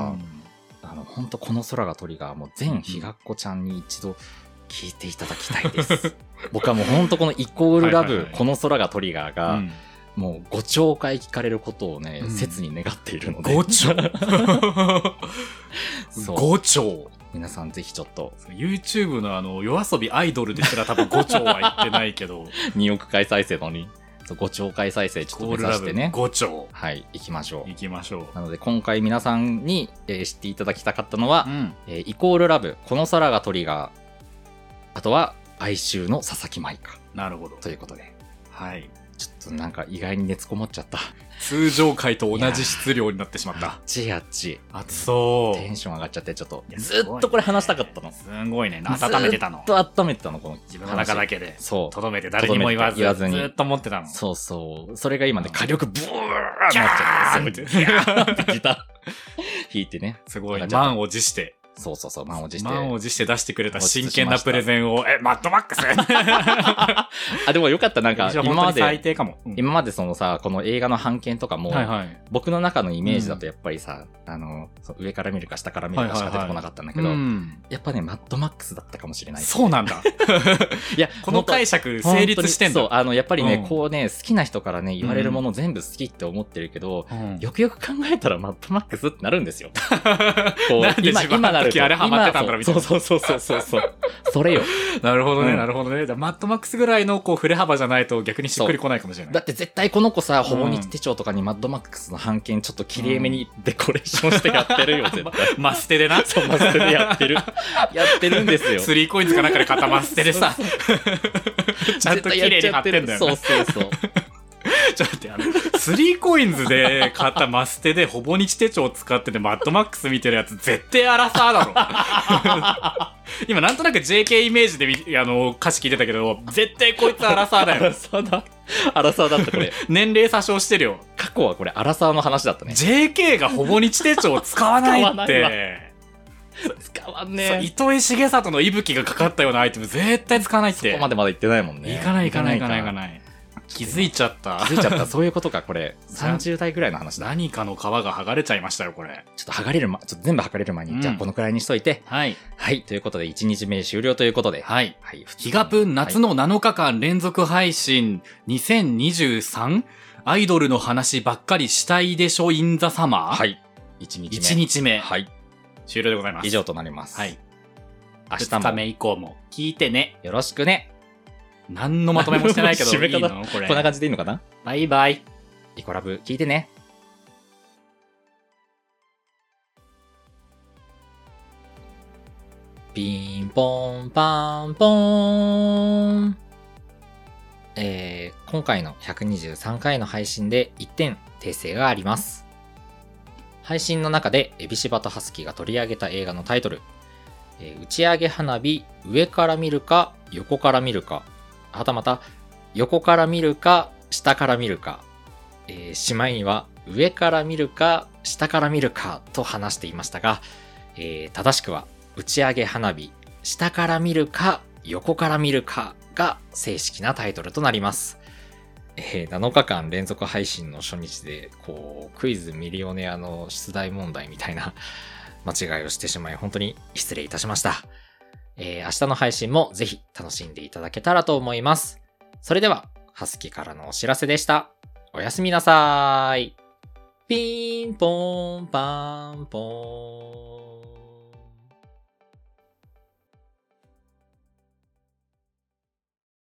Speaker 1: あの本当この空が鳥がもう全ひがっこちゃんに一度聞い ていただきたいです。僕はもう本当このイコールラ
Speaker 2: はいは
Speaker 1: ブ
Speaker 2: いはい
Speaker 1: この空がトリガー
Speaker 2: う
Speaker 1: が
Speaker 2: ん
Speaker 1: もう5兆回聞かれることをね、
Speaker 2: うん
Speaker 1: 切に願っているので。
Speaker 2: 5兆
Speaker 1: そう。
Speaker 2: 5兆
Speaker 1: 皆さんぜひちょっと
Speaker 2: YouTube のあの夜遊びアイドルですら多分5兆は言ってないけど
Speaker 1: 2億回再生のに、そう5兆回再生 ちょっと
Speaker 2: コー
Speaker 1: 目
Speaker 2: ル
Speaker 1: 指
Speaker 2: ラ
Speaker 1: し
Speaker 2: ブ
Speaker 1: てね。
Speaker 2: 5兆
Speaker 1: はい、行きましょ
Speaker 2: いきましょ
Speaker 1: う。なので今回皆さんに、えー知っていただきたかったのは
Speaker 2: う、うん
Speaker 1: えーイコールラブ、この空がトリガー、あとは哀愁の佐々木舞香
Speaker 2: なるほど
Speaker 1: ということで、
Speaker 2: はい
Speaker 1: ちょっとなんか意外に熱こもっちゃった。
Speaker 2: 通常回と同じ質量になってしまっ
Speaker 1: あったちあっち。
Speaker 2: 熱そう
Speaker 1: テンション上がっちゃって、ちょっと
Speaker 2: いや
Speaker 1: ずっとこれ話したかったの。ず
Speaker 2: すごいね温めてたの
Speaker 1: っと温めてたの、この
Speaker 2: 自分の中だ
Speaker 1: け。
Speaker 2: けで
Speaker 1: そ
Speaker 2: とどめて誰にも言わず
Speaker 1: とどめて言わずに
Speaker 2: ずっと持ってた
Speaker 1: う。
Speaker 2: の
Speaker 1: そうそう。それが今ね、
Speaker 2: うん
Speaker 1: 火力ブワーってなっちゃって、
Speaker 2: ギャ ーン
Speaker 1: そうギター弾いてね。
Speaker 2: すごい
Speaker 1: なんかちょっと
Speaker 2: 満を持して
Speaker 1: そうそうそう、満を持して。
Speaker 2: 満を持して出してくれた
Speaker 1: 放出し
Speaker 2: 真
Speaker 1: ました
Speaker 2: 剣なプレゼンをえマッドマックス
Speaker 1: あ、でもよかった、なんか、
Speaker 2: 一応
Speaker 1: 今
Speaker 2: 本当
Speaker 1: ま
Speaker 2: に最
Speaker 1: で、
Speaker 2: 低かもうん
Speaker 1: 今までそのさ、この映画の版権とかも、
Speaker 2: はいはい
Speaker 1: 僕の中のイメージだとやっぱりさ、あのそう上から見るか下から見るかしか出てこなかったんだけど、
Speaker 2: うん
Speaker 1: やっぱねマッドマックスだったかもしれない
Speaker 2: そうなんだ
Speaker 1: いや
Speaker 2: この
Speaker 1: 回
Speaker 2: 解釈成立してん
Speaker 1: そう
Speaker 2: だ
Speaker 1: あのやっぱりね、
Speaker 2: うん
Speaker 1: こうね好きな人からね言われるもの全部好きって思ってるけど、
Speaker 2: うん
Speaker 1: よくよく考えたらマッドマックスってなるんです よ。こう
Speaker 2: なんで自分の時あれハマってたんだろうみたいな
Speaker 1: そうそうそうそうそうそう。それよ。
Speaker 2: なるほどね、
Speaker 1: うん
Speaker 2: なるほどね。だからマッドマックスぐらいのこう振れ幅じゃないと逆にしっくりこないかもしれない。
Speaker 1: だって絶対この子さ、ほぼ
Speaker 2: う
Speaker 1: 日
Speaker 2: ん
Speaker 1: 手帳とかにマッドマックスの版権ちょっときれいめにデコレーションしてやってるよ、絶対。
Speaker 2: マステで な。
Speaker 1: そう、マステでや ってる。やってるんですよ。
Speaker 2: スリーコインズかなんかで買ったマステ でさ、ちゃんと綺麗に貼ってんだよ
Speaker 1: そう
Speaker 2: な。
Speaker 1: そうそう。
Speaker 2: ちょっと待って、あの、スリーコインズで買ったマステでほぼ日手帳を使っててマッドマックス見てるやつ絶対アラサーだろ。 今なんとなく JK イメージでみあの歌詞聞いてたけど、絶対こいつアラサーだ
Speaker 1: アラ
Speaker 2: よ。
Speaker 1: サーだ。アラサーだったこれ。
Speaker 2: 年齢詐称してるよ。
Speaker 1: 過去はこれ、アラサーの話だったね。
Speaker 2: JK がほぼ日手帳を使わない
Speaker 1: 使わ
Speaker 2: っ
Speaker 1: ない
Speaker 2: て。
Speaker 1: 使わん
Speaker 2: そう
Speaker 1: ね
Speaker 2: 糸井重里の息吹がかかったようなアイテム絶対使わないっ
Speaker 1: え。
Speaker 2: て
Speaker 1: ここまでまだ行ってないもんね。
Speaker 2: いかないいかないいかないいか
Speaker 1: い。
Speaker 2: ない気づいちゃった
Speaker 1: 気づいちゃった。そういうことか、これ。
Speaker 2: じゃあ
Speaker 1: 30代ぐらいの話だ。
Speaker 2: 何かの皮が剥がれちゃいましたよこれ
Speaker 1: ちょっと剥がれるま、ちょっと全部剥がれる前に、
Speaker 2: うん
Speaker 1: じゃあこのくらいにしといて。
Speaker 2: はい
Speaker 1: はい、ということで、1日目終了ということで。
Speaker 2: はい
Speaker 1: はい、
Speaker 2: ギガプン夏の7日間連続配信 2023? アイドルの話ばっかりしたいでしょインザサマー、、
Speaker 1: はいい。1日目。
Speaker 2: 1日目、
Speaker 1: はい。
Speaker 2: 終了でございます
Speaker 1: 以上となります。
Speaker 2: はい。
Speaker 1: 明日
Speaker 2: 2日
Speaker 1: も
Speaker 2: 目以降も聞いてね
Speaker 1: よろしくね。
Speaker 2: 何のまとめもしてないけど
Speaker 1: 締め
Speaker 2: いい
Speaker 1: 方
Speaker 2: のこれ
Speaker 1: こんな感じでいいのかな
Speaker 2: バイバイ
Speaker 1: イコラブ聞いてね。ピンポンパンポーン。えー、今回の123回の配信で1点訂正があります。配信の中でエビシバとハスキーが取り上げた映画のタイトル、えー打ち上げ花火上から見るか横から見るか、はたまた横から見るか下から見るか、えーしまいには上から見るか下から見るかと話していましたが、えー正しくは打ち上げ花火下から見るか横から見るかが正式なタイトルとなります、えー7日間連続配信の初日でこうクイズミリオネアの出題問題みたいな 間違いをしてしまい本当に失礼いたしました、えー明日の配信もぜひ楽しんでいただけたらと思いますそれではハスキからのお知らせでしたおやすみなさーいピンポンパンポン